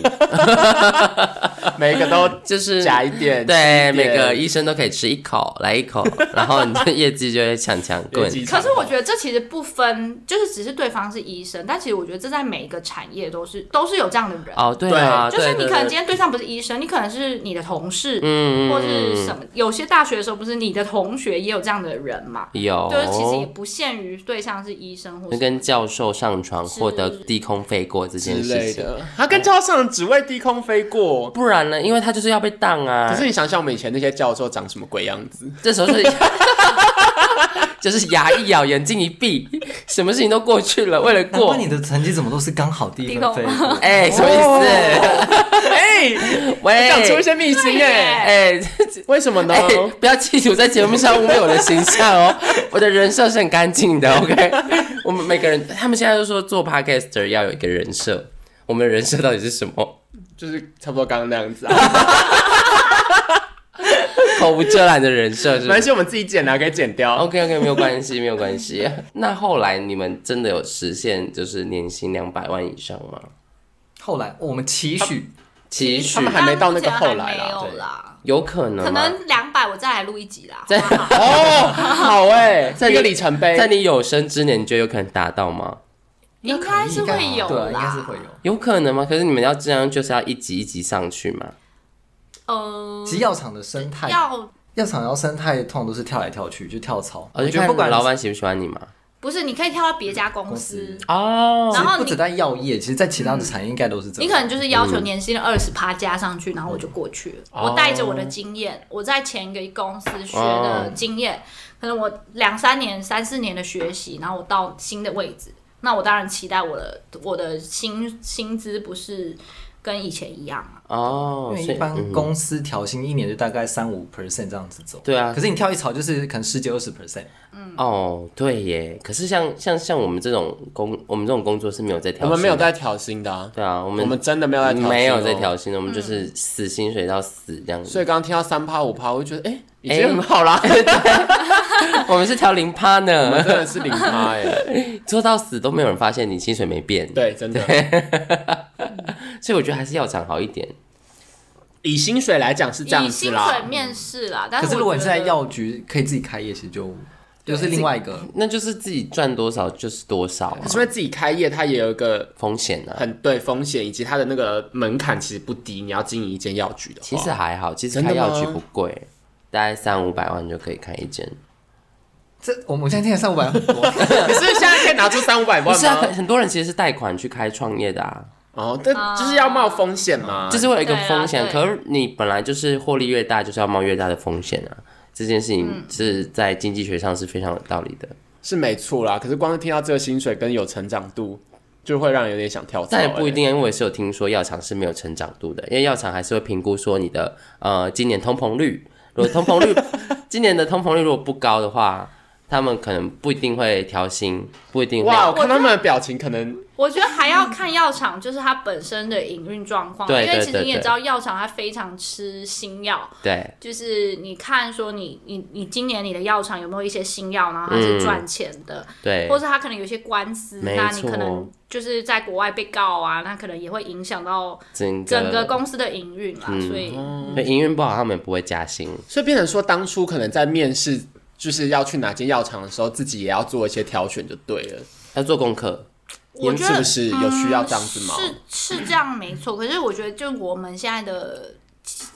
Speaker 2: 每一个都
Speaker 1: 就是
Speaker 2: 加一点，
Speaker 1: 对，
Speaker 2: 吃一点
Speaker 1: 每个医生都可以吃一口，来一口，然后你的业绩就会强强
Speaker 2: 有
Speaker 1: 棍。
Speaker 2: 几场
Speaker 3: 可是我觉得这其实不分，就是只是对方是医生，但其实我觉得这在每一个产业都是都是有这样的人。
Speaker 1: 哦，对啊，
Speaker 3: 就
Speaker 1: 对
Speaker 3: 是你
Speaker 1: 对
Speaker 3: 可能
Speaker 1: 对
Speaker 3: 今天对象不是医生，你可能是你的同事，
Speaker 1: 嗯
Speaker 3: 或是什么。有些大学的时候，不是你的同学也有这样的人嘛？
Speaker 1: 有，
Speaker 3: 就是其实也不限于对象是医生或
Speaker 1: 就是跟教授上床获得低空飞过这件
Speaker 2: 之
Speaker 1: 事
Speaker 2: 类
Speaker 1: 情，
Speaker 2: 的，他跟教授的职位低空飞过。
Speaker 1: 不然呢？因为他就是要被当啊。
Speaker 2: 可是你想想，我们以前那些教授长什么鬼样子？
Speaker 1: 这时候是， 就是牙一咬，眼睛一闭，什么事情都过去了，为了
Speaker 4: 难
Speaker 1: 过
Speaker 4: 怪。你的成绩怎么都是刚好第一分飞过。
Speaker 1: 哎、什么意思？
Speaker 2: 哎，
Speaker 1: 喂，
Speaker 2: 讲出一些秘辛哎，
Speaker 1: 哎、
Speaker 2: 为什么呢？
Speaker 1: 哎、不要企图在节目上污蔑我的形象 哦，我的人设是很干净的，OK。我们每个人，他们现在都说做 podcaster 要有一个人设，我们的人设到底是什么？
Speaker 2: 就是差不多刚刚那样子
Speaker 1: 哎
Speaker 2: 啊，
Speaker 1: 口无遮拦的人设是
Speaker 2: 没
Speaker 1: 不
Speaker 2: 关
Speaker 1: 是
Speaker 2: 系，我们自己剪
Speaker 1: 哦
Speaker 2: 啊，给剪掉。
Speaker 1: ？OK OK，没有关系， 没有关系。那后来你们真的有实现就是年薪两百万以上吗？
Speaker 4: 后来我们期许
Speaker 1: 期
Speaker 2: 他
Speaker 1: 许
Speaker 2: 们还没到那个后来啦
Speaker 3: 当然没有啦，
Speaker 1: 有可能吗
Speaker 3: 可能两百我再来录一集啦。
Speaker 1: 在
Speaker 3: 好不好
Speaker 2: 哦，好哎，
Speaker 1: 在
Speaker 2: 这个里程碑
Speaker 1: 在，你有生之年，你觉得有可能达到吗？
Speaker 3: 应该是会有
Speaker 4: 对啊，
Speaker 3: 啦，
Speaker 4: 应该是会。有。
Speaker 1: 有可能吗？可是你们要这样，就是要一集一集上去嘛。
Speaker 3: 呃，
Speaker 4: 其实药厂的生态，
Speaker 3: 要
Speaker 4: 药厂要生态通常都是跳来跳去，就跳槽。
Speaker 1: 我
Speaker 4: 觉得不管
Speaker 1: 老哦板喜不喜欢你嘛。
Speaker 3: 不是你可以跳到别家公
Speaker 4: 公
Speaker 3: 司
Speaker 4: 司，
Speaker 1: 哦
Speaker 4: 其实
Speaker 3: 然后
Speaker 4: 不
Speaker 3: 你
Speaker 4: 止在药业，其实在其他的
Speaker 1: 嗯
Speaker 4: 产业应该都是这
Speaker 3: 你
Speaker 4: 样。
Speaker 3: 可能就是要求年薪的二十趴加上去，然后我就过去了。我带着我的经验，我在前一个公司学的经验，可能我两三年、三四年的学习，然后我到新的位置，那我当然期待我的我的薪薪资不是跟以前一样啊。
Speaker 1: 哦，
Speaker 4: 因
Speaker 1: 所
Speaker 4: 为
Speaker 1: 以
Speaker 4: 一般
Speaker 1: 嗯
Speaker 4: 公司调薪一年就大概三五 percent 这样子走。
Speaker 1: 对啊
Speaker 4: 可是你跳一槽就是可能十几二十 percent，
Speaker 3: 嗯
Speaker 1: 哦，对耶。可是像像像我们这种工，我们这种工作是没有在调
Speaker 2: 我
Speaker 1: 薪的，
Speaker 2: 们没有在调薪的啊，
Speaker 1: 对啊，我们
Speaker 2: 我们真的没有在调薪哦
Speaker 1: 没有在调薪的，我们就是
Speaker 3: 嗯
Speaker 1: 死薪水到死这样子。
Speaker 2: 所以刚刚听到三趴五趴，我就觉得哎，已
Speaker 1: 哎
Speaker 2: 经很好啦，
Speaker 1: 我们是调零趴
Speaker 2: 我们
Speaker 1: 呢，
Speaker 2: 真的是零趴 哎，
Speaker 1: 做到死都没有人发现你薪水没变。，
Speaker 2: 对，真的。
Speaker 1: 所以我觉得还是药厂好一点。
Speaker 2: 以薪水来讲是这样
Speaker 3: 以
Speaker 2: 子
Speaker 3: 薪
Speaker 2: 啦
Speaker 3: 水，面试啦，但
Speaker 4: 可
Speaker 3: 是
Speaker 4: 是如果你是
Speaker 3: 我
Speaker 4: 在
Speaker 3: 觉得
Speaker 4: 药局可以自己开业，其实就又是另外一个。
Speaker 1: 那就是自己赚多少就是多少啊、
Speaker 2: 可是因为自己开业，它也有一个
Speaker 1: 风险啊。
Speaker 2: 很对风险，以及它的那个门槛其实不低。你要经营一间药局的话，
Speaker 1: 其实啊还好，其实
Speaker 2: 真的
Speaker 1: 开药
Speaker 2: 吗
Speaker 1: 局不贵，大概三五百万就可以开一间。
Speaker 4: 这我们现在听的上五 百很多，
Speaker 2: 可是现在可以拿出三五百
Speaker 1: 不
Speaker 2: 万
Speaker 1: 是啊，很
Speaker 2: 吗？
Speaker 1: 很多人其实是贷款去开创业的啊，
Speaker 2: 哦，但就是要冒风险嘛，
Speaker 1: 就是会有一个
Speaker 3: 对啊
Speaker 1: 风险。
Speaker 3: 对
Speaker 1: 可是你本来就是获利越大，就是要冒越大的风险啊。这件事
Speaker 2: 嗯
Speaker 1: 情是在经济学上是非常有道理的。
Speaker 2: 是没错啦。可是光是听到这个薪水跟有成长度，就会让人有点想跳槽、
Speaker 1: 但
Speaker 2: 欸。
Speaker 1: 也不一定，因为我也是有听说药厂是没有成长度的，因为药厂还是会评估说你的呃今年通膨率，如果通膨 率今年的通膨率如果不高的话，他们可能不一定会调薪，不一定会。
Speaker 2: 哇，我哦看他们的表情，可能
Speaker 3: 我觉得还要看药厂，就是它本身的营运状况，啊
Speaker 1: 对
Speaker 3: 因为
Speaker 1: 对
Speaker 3: 其实
Speaker 1: 对
Speaker 3: 你也
Speaker 1: 对
Speaker 3: 知道，药厂它非常吃新药，
Speaker 1: 对
Speaker 3: 就是你看说你你你今年你的药厂有没有一些新药，然后它是赚钱的，
Speaker 1: 嗯对
Speaker 3: 或是它可能有些官司，
Speaker 1: 没
Speaker 3: 那你可
Speaker 1: 错
Speaker 3: 能就是在国外被告啊，那可能也会影响到
Speaker 1: 整个
Speaker 3: 整个公司的营运
Speaker 1: 嗯
Speaker 3: 啦，所以
Speaker 1: 对营运不好，他们也不会加薪。
Speaker 2: 所以变成说，当初可能在面试就是要去哪间药厂的时候，自己也要做一些挑选就对了。
Speaker 1: 要做功课，
Speaker 3: 我
Speaker 2: 你
Speaker 3: 觉
Speaker 2: 们是
Speaker 3: 得嗯
Speaker 2: 不是有需要这样子吗？
Speaker 3: 是是这样没错，可是我觉得就我们现在的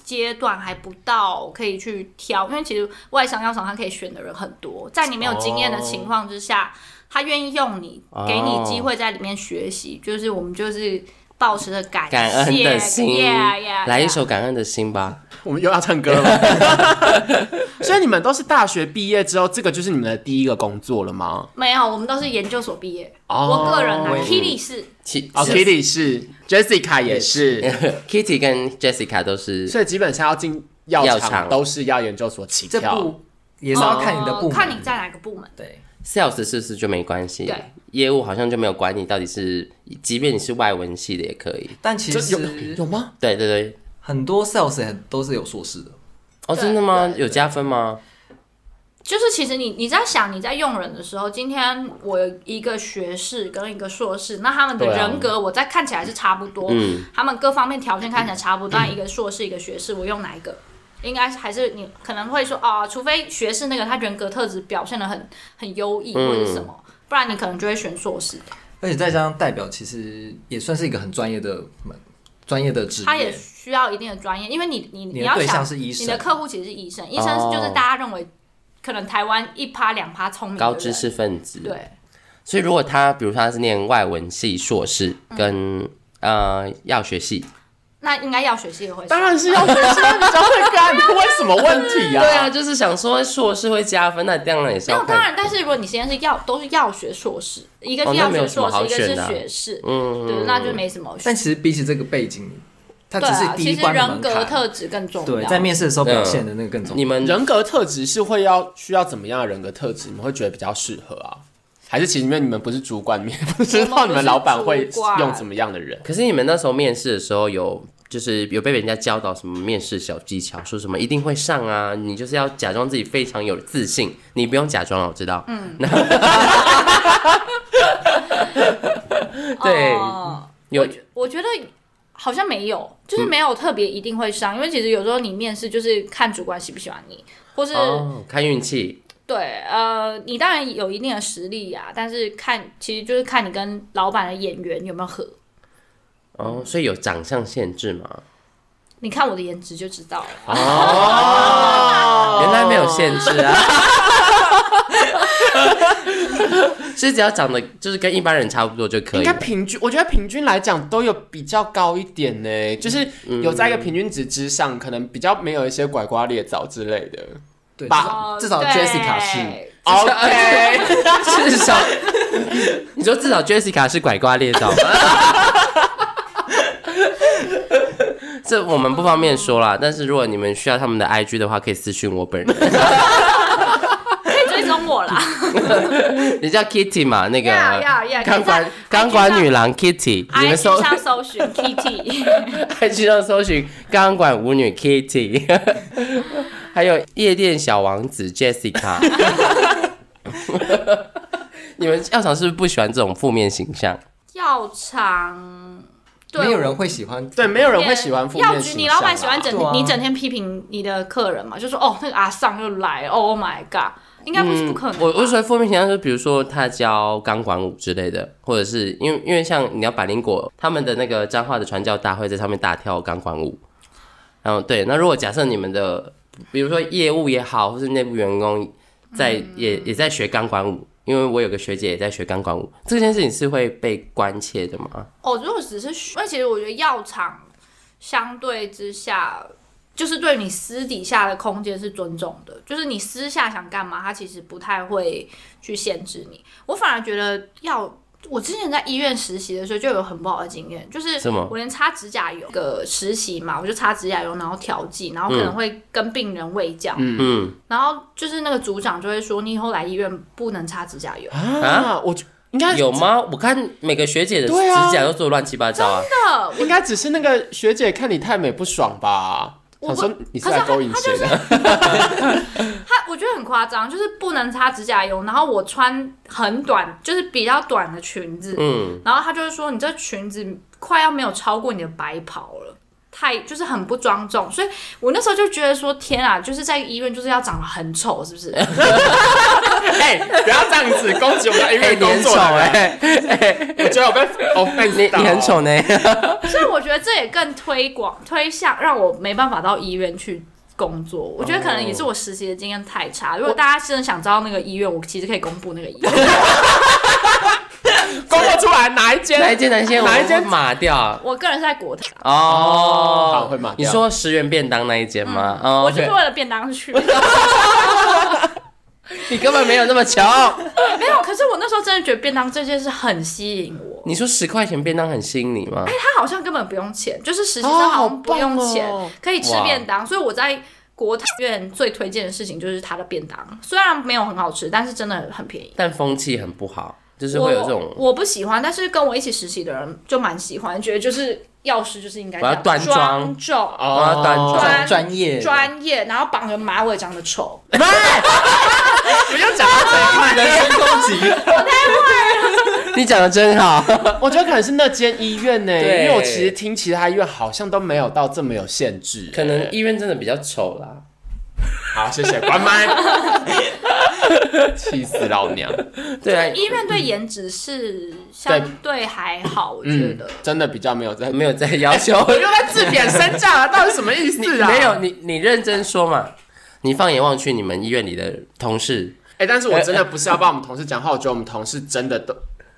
Speaker 3: 阶段还不到可以去挑，因为其实外商药厂它可以选的人很多，在你没有经验的情况之下，他愿意用你，给你机会在里面学习，就是我们就是抱持着感
Speaker 1: 感恩的心
Speaker 3: yeah, yeah,
Speaker 1: 来一
Speaker 3: yeah
Speaker 1: 首感恩的心吧。
Speaker 2: 我们又要唱歌了吗。所以你们都是大学毕业之后，这个就是你们的第一个工作了吗？
Speaker 3: 没有，我们都是研究所毕业。
Speaker 2: 哦
Speaker 3: 我个人啊
Speaker 2: 我也
Speaker 3: ，Kitty 是
Speaker 1: 其
Speaker 2: 哦，Kitty 是，Jessica 也是，
Speaker 1: Kitty 跟 Jessica 都是
Speaker 2: 所以基本上要进药
Speaker 1: 药
Speaker 2: 厂
Speaker 1: 厂
Speaker 2: 都是要研究所起
Speaker 4: 这
Speaker 2: 跳。
Speaker 4: 部也是要看你的部
Speaker 3: 呃
Speaker 4: 门，
Speaker 3: 看你在哪个部门。
Speaker 4: 对
Speaker 1: sales 是不是就没关系
Speaker 3: 对？
Speaker 1: 业务好像就没有管你到底是，即便你是外文系的也可以。
Speaker 4: 但其
Speaker 2: 这有
Speaker 4: 实
Speaker 2: 有吗？
Speaker 1: 对对对，
Speaker 4: 很多 sales 也都是有硕士的，
Speaker 1: 哦，
Speaker 3: 对
Speaker 1: 真的吗
Speaker 3: 对？对
Speaker 1: 有加分吗？
Speaker 3: 就是其实你你在想你在用人的时候，今天我有一个学士跟一个硕士，那他们的
Speaker 2: 对啊
Speaker 3: 人格我在看起来是差不多，
Speaker 1: 嗯
Speaker 3: 他们各方面条件看起来差不多，但一个硕士一个学士，我用哪一个？应该是还是你可能会说啊，除非学士那个他人格特质表现的很很优异
Speaker 1: 嗯
Speaker 3: 或者是什么，不然你可能就会选硕士。
Speaker 4: 而且再加上代表，其实也算是一个很专业的门，专业的职业。
Speaker 3: 他也需要一定的专业，因为你你
Speaker 4: 你的
Speaker 3: 要
Speaker 4: 对
Speaker 3: 想
Speaker 4: 象是医
Speaker 3: 你的
Speaker 4: 生，
Speaker 3: 客户其实是医生，医
Speaker 1: 哦
Speaker 3: 生就是大家认为可能台湾一趴两趴聪明的
Speaker 1: 高
Speaker 3: 人
Speaker 1: 知识分子。
Speaker 3: 对。
Speaker 1: 所以如果他，比如说他是念外文系硕士
Speaker 3: 嗯
Speaker 1: 跟、呃药学系，
Speaker 3: 那应该要学习也会是。
Speaker 2: 当然是要学生比较会干，你问什么问题呀、
Speaker 1: 对啊，就是想说硕士会加分，那当然也是
Speaker 3: 没
Speaker 1: 要
Speaker 3: 有，当
Speaker 1: 看。
Speaker 3: 然，但是如果你现在是药，都是药学硕士，一个
Speaker 1: 哦
Speaker 3: 是
Speaker 1: 那
Speaker 3: 药
Speaker 1: 没有
Speaker 3: 学
Speaker 1: 什么
Speaker 3: 硕士，
Speaker 1: 好
Speaker 3: 一个是
Speaker 1: 选的啊
Speaker 3: 学士，
Speaker 1: 嗯
Speaker 3: 对，那就没什么
Speaker 4: 但
Speaker 3: 选。
Speaker 4: 其实比起这个背景，它只
Speaker 3: 对啊
Speaker 4: 是，第
Speaker 3: 其
Speaker 4: 一
Speaker 3: 实
Speaker 4: 关的
Speaker 3: 人
Speaker 4: 门
Speaker 3: 格
Speaker 4: 槛。
Speaker 3: 特质更重要。
Speaker 4: 对，在面试的时
Speaker 2: 嗯
Speaker 4: 候表现的那个更重要。
Speaker 1: 你们
Speaker 2: 人格特质是会要需要怎么样的人格特质，你们会觉得比较适合啊？还是其实因为你们不是主管，你们不知道你们老板会用怎么样的人？
Speaker 1: 可是你们那时候面试的时候有，就是有被人家教导什么面试小技巧，说什么一定会上啊，你就是要假装自己非常有自信，你不用假装了，我知道。嗯， 对
Speaker 3: 哦
Speaker 1: 有
Speaker 3: 嗯我觉得好像没有，就是没有特别一定会上，因为其实有时候你面试就是看主管喜不喜欢你，或是
Speaker 1: 哦，看运气。
Speaker 3: 对呃，你当然有一定的实力呀，但是看其实就是看你跟老板的眼缘有没有合。嗯
Speaker 1: 哦，所以有长相限制吗？
Speaker 3: 你看我的颜值就知道了。
Speaker 1: 原来没有限制 啊，是只要长得就是跟一般人差不多就可
Speaker 2: 应
Speaker 1: 以
Speaker 2: 该
Speaker 1: 了。
Speaker 2: 平均，我觉得平均来讲都有比较高一点呢、就是有在一个平均值之上，可能比较没有一些拐瓜裂枣之类的。
Speaker 4: 对，至
Speaker 2: 吧
Speaker 4: 少至少
Speaker 3: 哦对
Speaker 4: Jessica 是，
Speaker 2: OK，
Speaker 1: 至少，你说至少 Jessica 是拐瓜裂枣吗？ 这我们不方便说啦，但是如果你们需要他们的 IG 的话，可以私讯我本 人。
Speaker 3: 可以追踪我啦。
Speaker 1: 你叫 Kitty 嘛？那个
Speaker 3: Yeah, yeah, yeah，
Speaker 1: 钢管
Speaker 3: 可以在
Speaker 1: 钢管
Speaker 3: IG
Speaker 1: 女郎 Kitty，你
Speaker 3: I
Speaker 1: 们
Speaker 3: G
Speaker 1: 搜
Speaker 3: 上搜寻 Kitty，
Speaker 1: IG 上搜寻钢管舞女 Kitty，还有夜店小王子 Jessica。你们药厂是不是不喜欢这种负面形象？
Speaker 3: 药厂，对，
Speaker 4: 没有人会喜欢。
Speaker 2: 对，没有人会喜欢负面
Speaker 3: 药
Speaker 2: 形
Speaker 3: 局，
Speaker 2: 象
Speaker 3: 你老板喜欢整
Speaker 4: 对啊
Speaker 3: 你整天批评你的客人嘛？就说哦，那个阿尚又来，Oh my god，应该不是不可能吧。
Speaker 1: 嗯我我说负面形象，就是比如说他教钢管舞之类的，或者是因为因为像你要百灵果他们的那个彰化的传教大会在上面大跳钢管舞，然后对，那如果假设你们的比如说业务也好，或是内部员工在、也也在学钢管舞，因为我有个学姐也在学钢管舞，这件事情是会被关切的吗？
Speaker 3: 哦，如果只是学因为其实我觉得药厂相对之下，就是对你私底下的空间是尊重的，就是你私下想干嘛，他其实不太会去限制你。我反而觉得药我之前在医院实习的时候就有很不好的经验，就是
Speaker 1: 什么
Speaker 3: 我连擦指甲油个实习嘛，我就擦指甲油，然后调剂，然后可能会跟病人喂教，
Speaker 1: 嗯，
Speaker 3: 然后就是那个组长就会说，你以后来医院不能擦指甲油，
Speaker 2: 啊，我应该
Speaker 1: 有吗？我看每个学姐的指
Speaker 2: 对啊
Speaker 1: 甲都做得乱七八糟啊，
Speaker 3: 真的，
Speaker 2: 应该只是那个学姐看你太美不爽吧？想
Speaker 3: 我不
Speaker 2: 说你是来勾引谁的？
Speaker 3: 他我觉得很夸张，就是不能擦指甲油，然后我穿很短，就是比较短的裙子，
Speaker 1: 嗯，
Speaker 3: 然后他就是说你这裙子快要没有超过你的白袍了。太就是很不庄重，所以我那时候就觉得说，天啊，就是在医院就是要长得很丑，是不是？
Speaker 2: 哎，不要这样子攻击我们在医
Speaker 1: 哎，
Speaker 2: 院
Speaker 1: 你
Speaker 2: 工
Speaker 1: 很
Speaker 2: 作
Speaker 1: 丑
Speaker 2: 的人，
Speaker 1: 哎，
Speaker 2: 我觉得我被 offense 到
Speaker 1: 你很丑呢，
Speaker 3: 所以我觉得这也更推广推向，让我没办法到医院去工作。我觉得可能也是我实习的经验太差。如果大家真的想知道那个医院，我其实可以公布那个医院，
Speaker 2: 工作出来哪一间？
Speaker 1: 哪一间哪一间
Speaker 2: 哪一间
Speaker 1: 我会码掉啊？
Speaker 3: 我个人是在国泰，
Speaker 1: 哦，
Speaker 2: 好会码掉
Speaker 1: 你说十元便当那一间吗？哦，
Speaker 3: 嗯我就是
Speaker 1: OK
Speaker 3: 为了便当去。
Speaker 1: 你根本没有那么穷。
Speaker 3: 没有，可是我那时候真的觉得便当这件事很吸引我。
Speaker 1: 你说十块钱便当很吸引你吗？
Speaker 3: 他好像根本不用钱，就是实习生
Speaker 2: 哦
Speaker 3: 好像不用钱，
Speaker 2: 好棒哦
Speaker 3: 可以吃便当。所以我在国泰院最推荐的事情就是它的便当，虽然没有很好吃，但是真的很便宜。
Speaker 1: 但风气很不好，就是
Speaker 3: 我
Speaker 1: 会有这种
Speaker 3: 我不喜欢，但是跟我一起实习的人就蛮喜欢，觉得就是药师就是应该这
Speaker 1: 我
Speaker 3: 样
Speaker 1: 要端庄
Speaker 3: 庄重、
Speaker 2: 哦
Speaker 1: 我要端庄
Speaker 3: 专
Speaker 4: 专业
Speaker 3: 专业，然后绑个马尾，长得丑。哦
Speaker 2: 不要讲到这一 块。
Speaker 4: 人身攻击，
Speaker 1: 你讲的真好，
Speaker 2: 我觉得可能是那间医院呢、
Speaker 1: 对
Speaker 2: 因为我其实听其他医院好像都没有到这么有限制、
Speaker 1: 可能医院真的比较丑啦。
Speaker 2: 好，谢谢，关麦， 气死老娘！
Speaker 1: 对啊，
Speaker 3: 医院对颜值是相对还好，我觉
Speaker 2: 嗯
Speaker 3: 得。，
Speaker 2: 真的比较没有在，
Speaker 1: 没有在要 求，
Speaker 2: 我又在自贬身价了，到底什么意思啊？
Speaker 1: 没有，你你认真说嘛。你放眼望去，你们医院里的同事，
Speaker 2: 哎、但是我真的不是要帮我们同事讲话，我觉得我们同事真的都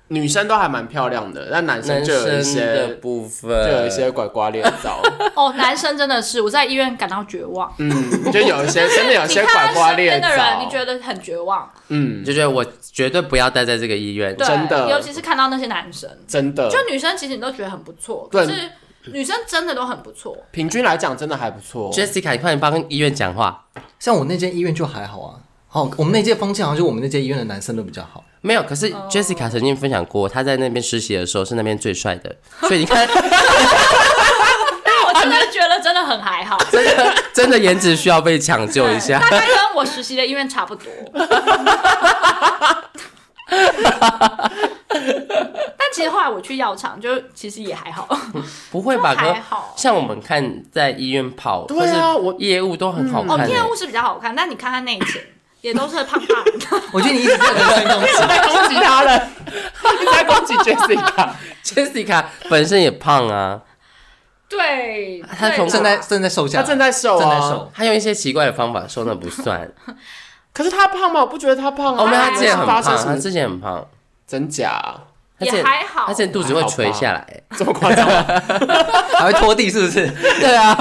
Speaker 2: 女生都还蛮漂亮的，但男生
Speaker 1: 男
Speaker 2: 就有一
Speaker 1: 生的
Speaker 2: 些
Speaker 1: 部分，
Speaker 2: 就有一些拐瓜裂枣，
Speaker 3: 哦，男生真的是，我在医院感到绝望。
Speaker 2: 嗯，就有一些真的有一
Speaker 3: 你
Speaker 2: 些
Speaker 3: 看
Speaker 2: 拐
Speaker 3: 他
Speaker 2: 瓜
Speaker 3: 身
Speaker 2: 裂
Speaker 3: 边的人，
Speaker 2: 枣
Speaker 3: 你，觉得很绝望，
Speaker 2: 嗯，
Speaker 1: 就觉得我绝对不要待在这个医院。
Speaker 3: 对，
Speaker 2: 真的
Speaker 3: 尤其是看到那些男生，
Speaker 2: 真的
Speaker 3: 就，女生其实你都觉得很不错，可
Speaker 2: 对
Speaker 3: 是女生真的都很不错。
Speaker 2: 平均来讲真的还不错。
Speaker 1: Jessica，你快点帮医院讲话。
Speaker 4: 像我那间医院就还好啊。好，我们那届风气好像就我们那届医院的男生都比较好。
Speaker 1: 没有，可是
Speaker 3: 哦
Speaker 1: Jessica 曾经分享过，她在那边实习的时候是那边最帅的，所以你看，
Speaker 3: 但我真 的觉得真的很还好，
Speaker 1: 真的真的颜值需要被抢救一下
Speaker 3: 大。概跟我实习的医院差不多。 但其实后来我去药厂，就其实也还好，
Speaker 1: 不会吧，
Speaker 3: 就还
Speaker 1: 哥？
Speaker 3: 好
Speaker 1: 像我们看在医院跑，
Speaker 2: 对啊
Speaker 1: 或是
Speaker 2: 我
Speaker 1: 业务都很好
Speaker 3: 哦
Speaker 1: 看、，欸
Speaker 3: 业务是比较好看，但你看看内勤，也都是胖胖的。
Speaker 4: 我觉得你一直在人身攻击，
Speaker 2: 在攻击他 了，一直在攻击 Jessica。
Speaker 1: Jessica 本身也胖啊，
Speaker 3: 对，
Speaker 1: 他从
Speaker 3: 对
Speaker 4: 正在
Speaker 3: 啦
Speaker 4: 正在瘦下
Speaker 2: 他
Speaker 4: 来，
Speaker 2: 正在瘦
Speaker 4: 正在
Speaker 2: 啊
Speaker 4: 瘦，，
Speaker 1: 她用一些奇怪的方法瘦那不 算。
Speaker 2: 可是他胖吗？我不觉得他胖啊。
Speaker 1: 哦，没有，她
Speaker 3: 他
Speaker 1: 之前很胖，
Speaker 2: 发生什
Speaker 1: 她
Speaker 2: 么
Speaker 1: 之前很胖，
Speaker 2: 真假？
Speaker 1: 她之前
Speaker 3: 也还好
Speaker 1: 她之前肚子会垂下来、
Speaker 2: 这么夸张吗？
Speaker 4: 还会拖地是不是？
Speaker 1: 对啊，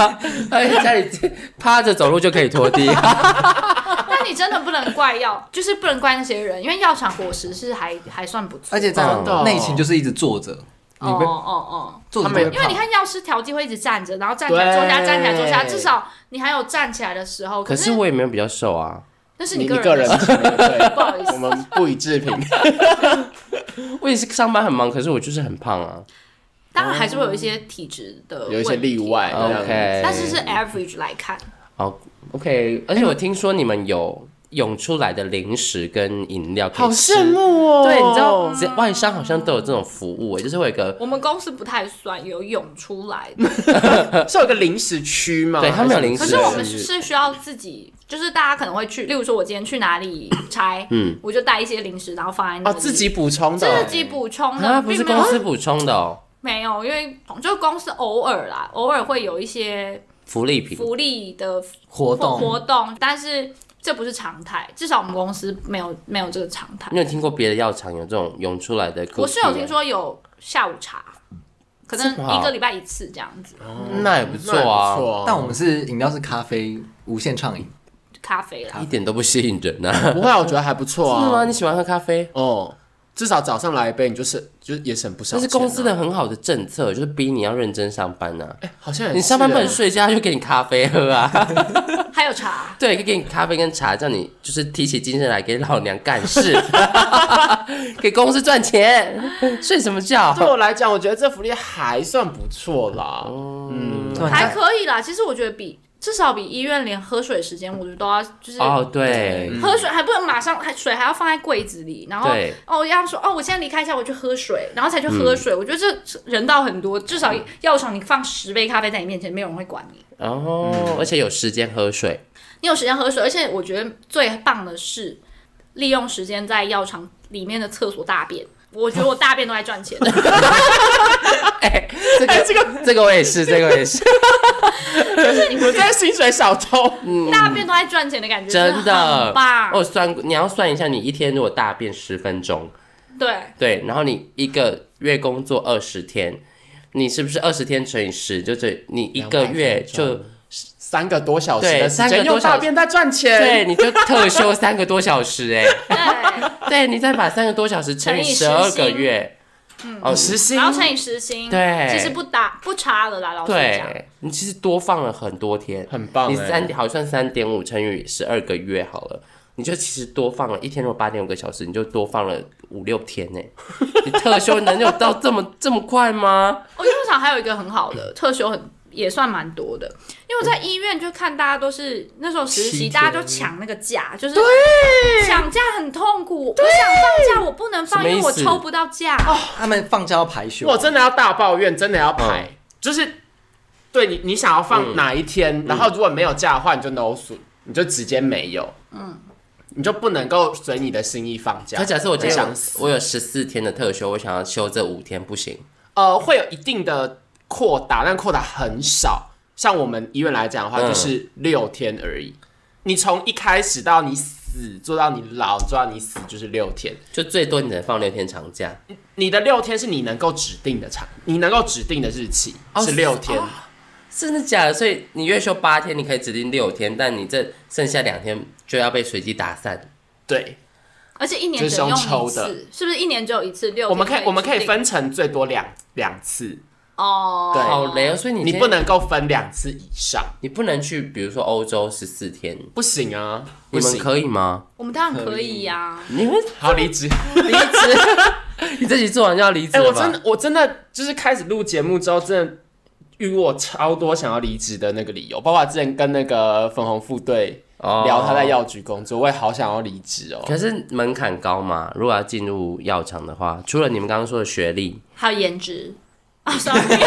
Speaker 1: 她在家里趴着走路就可以拖 地。
Speaker 3: 但你真的不能怪药， 就是不能怪那些人，因为药厂伙食是还还算不错。
Speaker 4: 而且在
Speaker 1: 真
Speaker 2: 的
Speaker 4: 内勤就是一直坐着，
Speaker 3: 哦
Speaker 4: 你
Speaker 3: 哦
Speaker 4: 会
Speaker 3: 哦，
Speaker 4: 坐着
Speaker 2: 他
Speaker 4: 不
Speaker 2: 们
Speaker 4: 会
Speaker 2: 也
Speaker 3: 因为你
Speaker 4: 胖。
Speaker 3: 看药师调剂会一直站着，然后站起来坐下，
Speaker 2: 对
Speaker 3: 站起来坐下，至少你还有站起来的时候。
Speaker 1: 可是
Speaker 3: 是
Speaker 1: 我也没有比较瘦啊，
Speaker 3: 那是
Speaker 2: 你
Speaker 3: 个
Speaker 2: 你个人
Speaker 3: 的事，
Speaker 2: 对，
Speaker 3: 不 好意
Speaker 2: 我
Speaker 3: 思。
Speaker 2: 们不予置 评。
Speaker 1: 我也是上班很忙，可是我就是很胖啊。
Speaker 3: 当然还是会有一些体质的，
Speaker 2: 有一些例外这样子
Speaker 1: OK
Speaker 3: 哎啊但是是 average 来看。
Speaker 1: 好，OK，而且我听说你们有涌出来的零食跟饮料可以吃。
Speaker 2: 慕哦
Speaker 1: 对，你知道，只外商好像都有这种服务、欸，就是会有一个
Speaker 3: 我们公司不太算有涌出来的，
Speaker 2: 是有个零食区吗？
Speaker 1: 对他们有零食
Speaker 3: 可
Speaker 1: 区
Speaker 3: 是我们是需要自己，就是大家可能会去，例如说我今天去哪里拆，嗯，我就带一些零食，然后放在那
Speaker 2: 哦，
Speaker 3: 里
Speaker 2: 自己补充的
Speaker 3: 自。己补充的，
Speaker 1: 啊，不是
Speaker 3: 并没有
Speaker 1: 公司补充的哦，
Speaker 3: 没有，因为就公司偶尔啦，偶尔会有一些
Speaker 1: 福利品。
Speaker 3: 福利的活
Speaker 4: 活动，
Speaker 3: 动，但是这不是常态，至少我们公司没有没有这个常态
Speaker 1: 你。有听过别的药厂有这种涌出来的？啊
Speaker 3: 我是有听，说有下午茶，可能
Speaker 1: 这么好
Speaker 3: 一个礼拜一次这样子，
Speaker 1: 那也不错
Speaker 2: 那也不
Speaker 1: 啊，
Speaker 2: 错
Speaker 4: 但我们是饮料是咖啡，无限畅饮。
Speaker 3: 咖啡啦
Speaker 1: 一。点都不吸引人啊。
Speaker 2: 不会啊，我觉得还不错
Speaker 1: 真的吗？
Speaker 2: 啊。
Speaker 1: 你喜欢喝咖啡？
Speaker 2: 哦，至少早上来一杯，你就省，就是也省不少、
Speaker 1: 这
Speaker 2: 啊。
Speaker 1: 是公司的，很好的政策，就是逼你要认真上班呐、
Speaker 2: 哎、好像也
Speaker 1: 你上班不能
Speaker 2: 是
Speaker 1: 睡觉，就给你咖啡喝啊。
Speaker 3: 还有茶，
Speaker 1: 对，给你咖啡跟茶，叫你就是提起精神来给老娘干事， 给公司赚钱，睡什么觉？
Speaker 2: 对我来讲，我觉得这福利还算不错啦。
Speaker 1: 哦
Speaker 2: 嗯
Speaker 1: 嗯
Speaker 4: 对啊
Speaker 3: 还可以啦。其实我觉得比至少比医院连喝水时间，我觉得都要就是
Speaker 1: 哦，对，
Speaker 3: 喝水还不能马上，还水还要放在柜子里，然后
Speaker 1: 对
Speaker 3: 哦要说哦，我现在离开一下，我去喝水，然后才去
Speaker 1: 嗯
Speaker 3: 喝水。我觉得这人道很多，至少药厂你放十杯咖啡在你面前，没有人会管你，
Speaker 1: 然后、而且有时间喝水，
Speaker 3: 你有时间喝水。而且我觉得最棒的是利用时间在药厂里面的厕所大便。我觉得我大便都在 赚钱，
Speaker 1: 这个、 这个这个我也是，这个我也是，
Speaker 2: 你们在薪水小偷，
Speaker 3: 大便都在赚钱的感 觉，
Speaker 1: 真
Speaker 3: 的
Speaker 1: 的哦
Speaker 3: 很棒。
Speaker 1: 我算你要算一下，你一天如果大便十分钟，
Speaker 3: 对，
Speaker 1: 对，然后你一个月工作二十天，你是不是二十天乘以十，就是你一个月就
Speaker 2: 三个多小时
Speaker 1: 对
Speaker 2: 的时
Speaker 1: 三个
Speaker 2: 间
Speaker 1: 多
Speaker 2: 用
Speaker 1: 小
Speaker 2: 大
Speaker 1: 时
Speaker 2: 便在赚钱。
Speaker 1: 对，你就特休三个多小时哎、 对
Speaker 3: 对，
Speaker 1: 你再把三个多小时乘以
Speaker 3: 乘以
Speaker 1: 十二
Speaker 3: 时
Speaker 1: 个
Speaker 3: 薪嗯
Speaker 1: 月，哦，十薪
Speaker 3: 然后乘以时薪，
Speaker 1: 对
Speaker 3: 其实不打不差了啦，老实讲。
Speaker 1: 对你其实多放了很多天，
Speaker 2: 很棒
Speaker 1: 你
Speaker 2: 欸
Speaker 1: 三好像三点五乘以十二个月好了，你就其实多放了一天，如果八点五个小时，你就多放了五六天呢、哎 你特休能有到这么这么快 吗？
Speaker 3: 哦我药厂还有一个很好
Speaker 1: 嗯
Speaker 3: 的特休很，也算蛮多的，因为我在医院就看大家都是那时候实
Speaker 4: 七
Speaker 3: 习，
Speaker 4: 天
Speaker 3: 大家就抢那个假，就是抢假很痛苦。我想放假，我不能放，
Speaker 1: 什么
Speaker 3: 因
Speaker 1: 意思哦
Speaker 3: 为我抽不到假。
Speaker 4: 他们放假要排休，
Speaker 2: 我真的要大抱怨，真的要排，
Speaker 1: 嗯
Speaker 2: 就是对你你想要放哪一
Speaker 1: 嗯
Speaker 2: 天，然后如果没有假的话，你就 no 数，你就直接没有，嗯，你就不能够随你的心意放假。
Speaker 1: 可假设我今天有
Speaker 2: 想死
Speaker 1: 我有十四天的特休，我想要休这五天不行，
Speaker 2: 呃，会有一定的扩大，但扩大很少。像我们医院来讲的话，
Speaker 1: 嗯
Speaker 2: 就是六天而已。你从一开始到你死，做到你老，做到你死就是六天。
Speaker 1: 就最多你只能放六天长假。
Speaker 2: 你的六天是你能够指定的长，你能够指定的日期
Speaker 1: 哦
Speaker 2: 是
Speaker 1: 是
Speaker 2: 六天。
Speaker 1: 真的假的？所以你月休八天，你可以指定六天，但你这剩下两天就要被随机打散。
Speaker 2: 对，
Speaker 3: 而且一年
Speaker 2: 就
Speaker 3: 只
Speaker 2: 是
Speaker 3: 能用
Speaker 2: 用抽
Speaker 3: 一
Speaker 2: 的
Speaker 3: 次，是不是一年只有一次
Speaker 1: 哦
Speaker 3: 六天？
Speaker 2: 我们可以我们可以
Speaker 3: 指定
Speaker 2: 分成最多两两次，
Speaker 3: 哦，
Speaker 2: 对
Speaker 1: 好累哦，所以你
Speaker 2: 你
Speaker 1: 今天
Speaker 2: 不能够分两次以上，
Speaker 1: 你不能去，比如说欧洲十四天，
Speaker 2: 不行啊，
Speaker 1: 你
Speaker 2: 不
Speaker 1: 们
Speaker 2: 行。
Speaker 1: 可以吗？
Speaker 3: 我们当然可以呀、
Speaker 1: 你们
Speaker 2: 好离职。
Speaker 1: 离职， 你自己做完就要离职
Speaker 2: 哎、
Speaker 1: 了
Speaker 2: 我
Speaker 1: 吧？
Speaker 2: 真的我真的就是开始录节目之后，真的遇过超多想要离职的那个理由，包括之前跟那个粉红副队
Speaker 1: 哦
Speaker 2: 聊他在药局工作，我也好想要离职哦。
Speaker 1: 可是门槛高嘛？如果要进入药厂的话，除了你们刚刚说的学历，
Speaker 3: 还有 颜值啊、s o r r y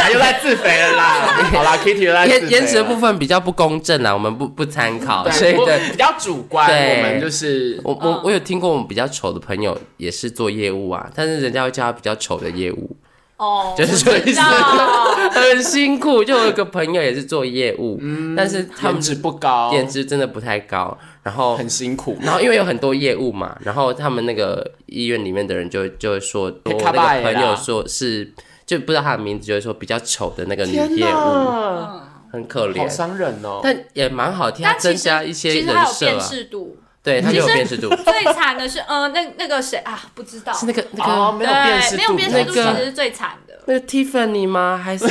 Speaker 2: 他又在自肥了 啦。好啦，Kitty 又在自肥
Speaker 1: 颜
Speaker 2: 了
Speaker 1: 颜值的部分比较不公正啦，我们不不参考，所以
Speaker 2: 对我
Speaker 1: 对。
Speaker 2: 比较主观，
Speaker 1: 对
Speaker 2: 我们就是
Speaker 1: 我我我有听过我们比较丑的朋友也是做业务啊，但是人家会叫他比较丑的业务，
Speaker 3: 哦，
Speaker 1: 就是这意思
Speaker 3: 我知道
Speaker 1: 很辛苦。就有一个朋友也是做业务，但是他
Speaker 2: 嗯颜
Speaker 1: 们
Speaker 2: 值不高，
Speaker 1: 颜值真的不太高，然后
Speaker 2: 很辛苦。
Speaker 1: 然后因为有很多业务嘛，然后他们那个医院里面的人就就会说，我
Speaker 2: 被
Speaker 1: 那
Speaker 2: 卡
Speaker 1: 个
Speaker 2: 拜啦
Speaker 1: 朋友说是就不知道他的名字，就会说比较丑的那个女
Speaker 2: 天
Speaker 1: 业务，
Speaker 2: 哪，
Speaker 1: 很可
Speaker 2: 好
Speaker 1: 怜，
Speaker 2: 伤人哦。
Speaker 1: 但也蛮好听，
Speaker 3: 但
Speaker 1: 他
Speaker 3: 其
Speaker 1: 增
Speaker 3: 实
Speaker 1: 加一些
Speaker 3: 其实
Speaker 1: 人
Speaker 3: 还有
Speaker 1: 设
Speaker 3: 辨
Speaker 1: 啊，
Speaker 3: 识度。
Speaker 1: 对他
Speaker 3: 其
Speaker 1: 没有
Speaker 3: 实
Speaker 1: 辨识度，
Speaker 3: 最惨的是，呃，那那个谁啊，不知道，
Speaker 1: 是那个那
Speaker 2: 哦，
Speaker 1: 个
Speaker 2: 没有辨识
Speaker 3: 对，
Speaker 2: 度，
Speaker 3: 没有辨识度其
Speaker 1: 那个
Speaker 3: 实是最惨的。
Speaker 1: 那个 Tiffany 吗？还是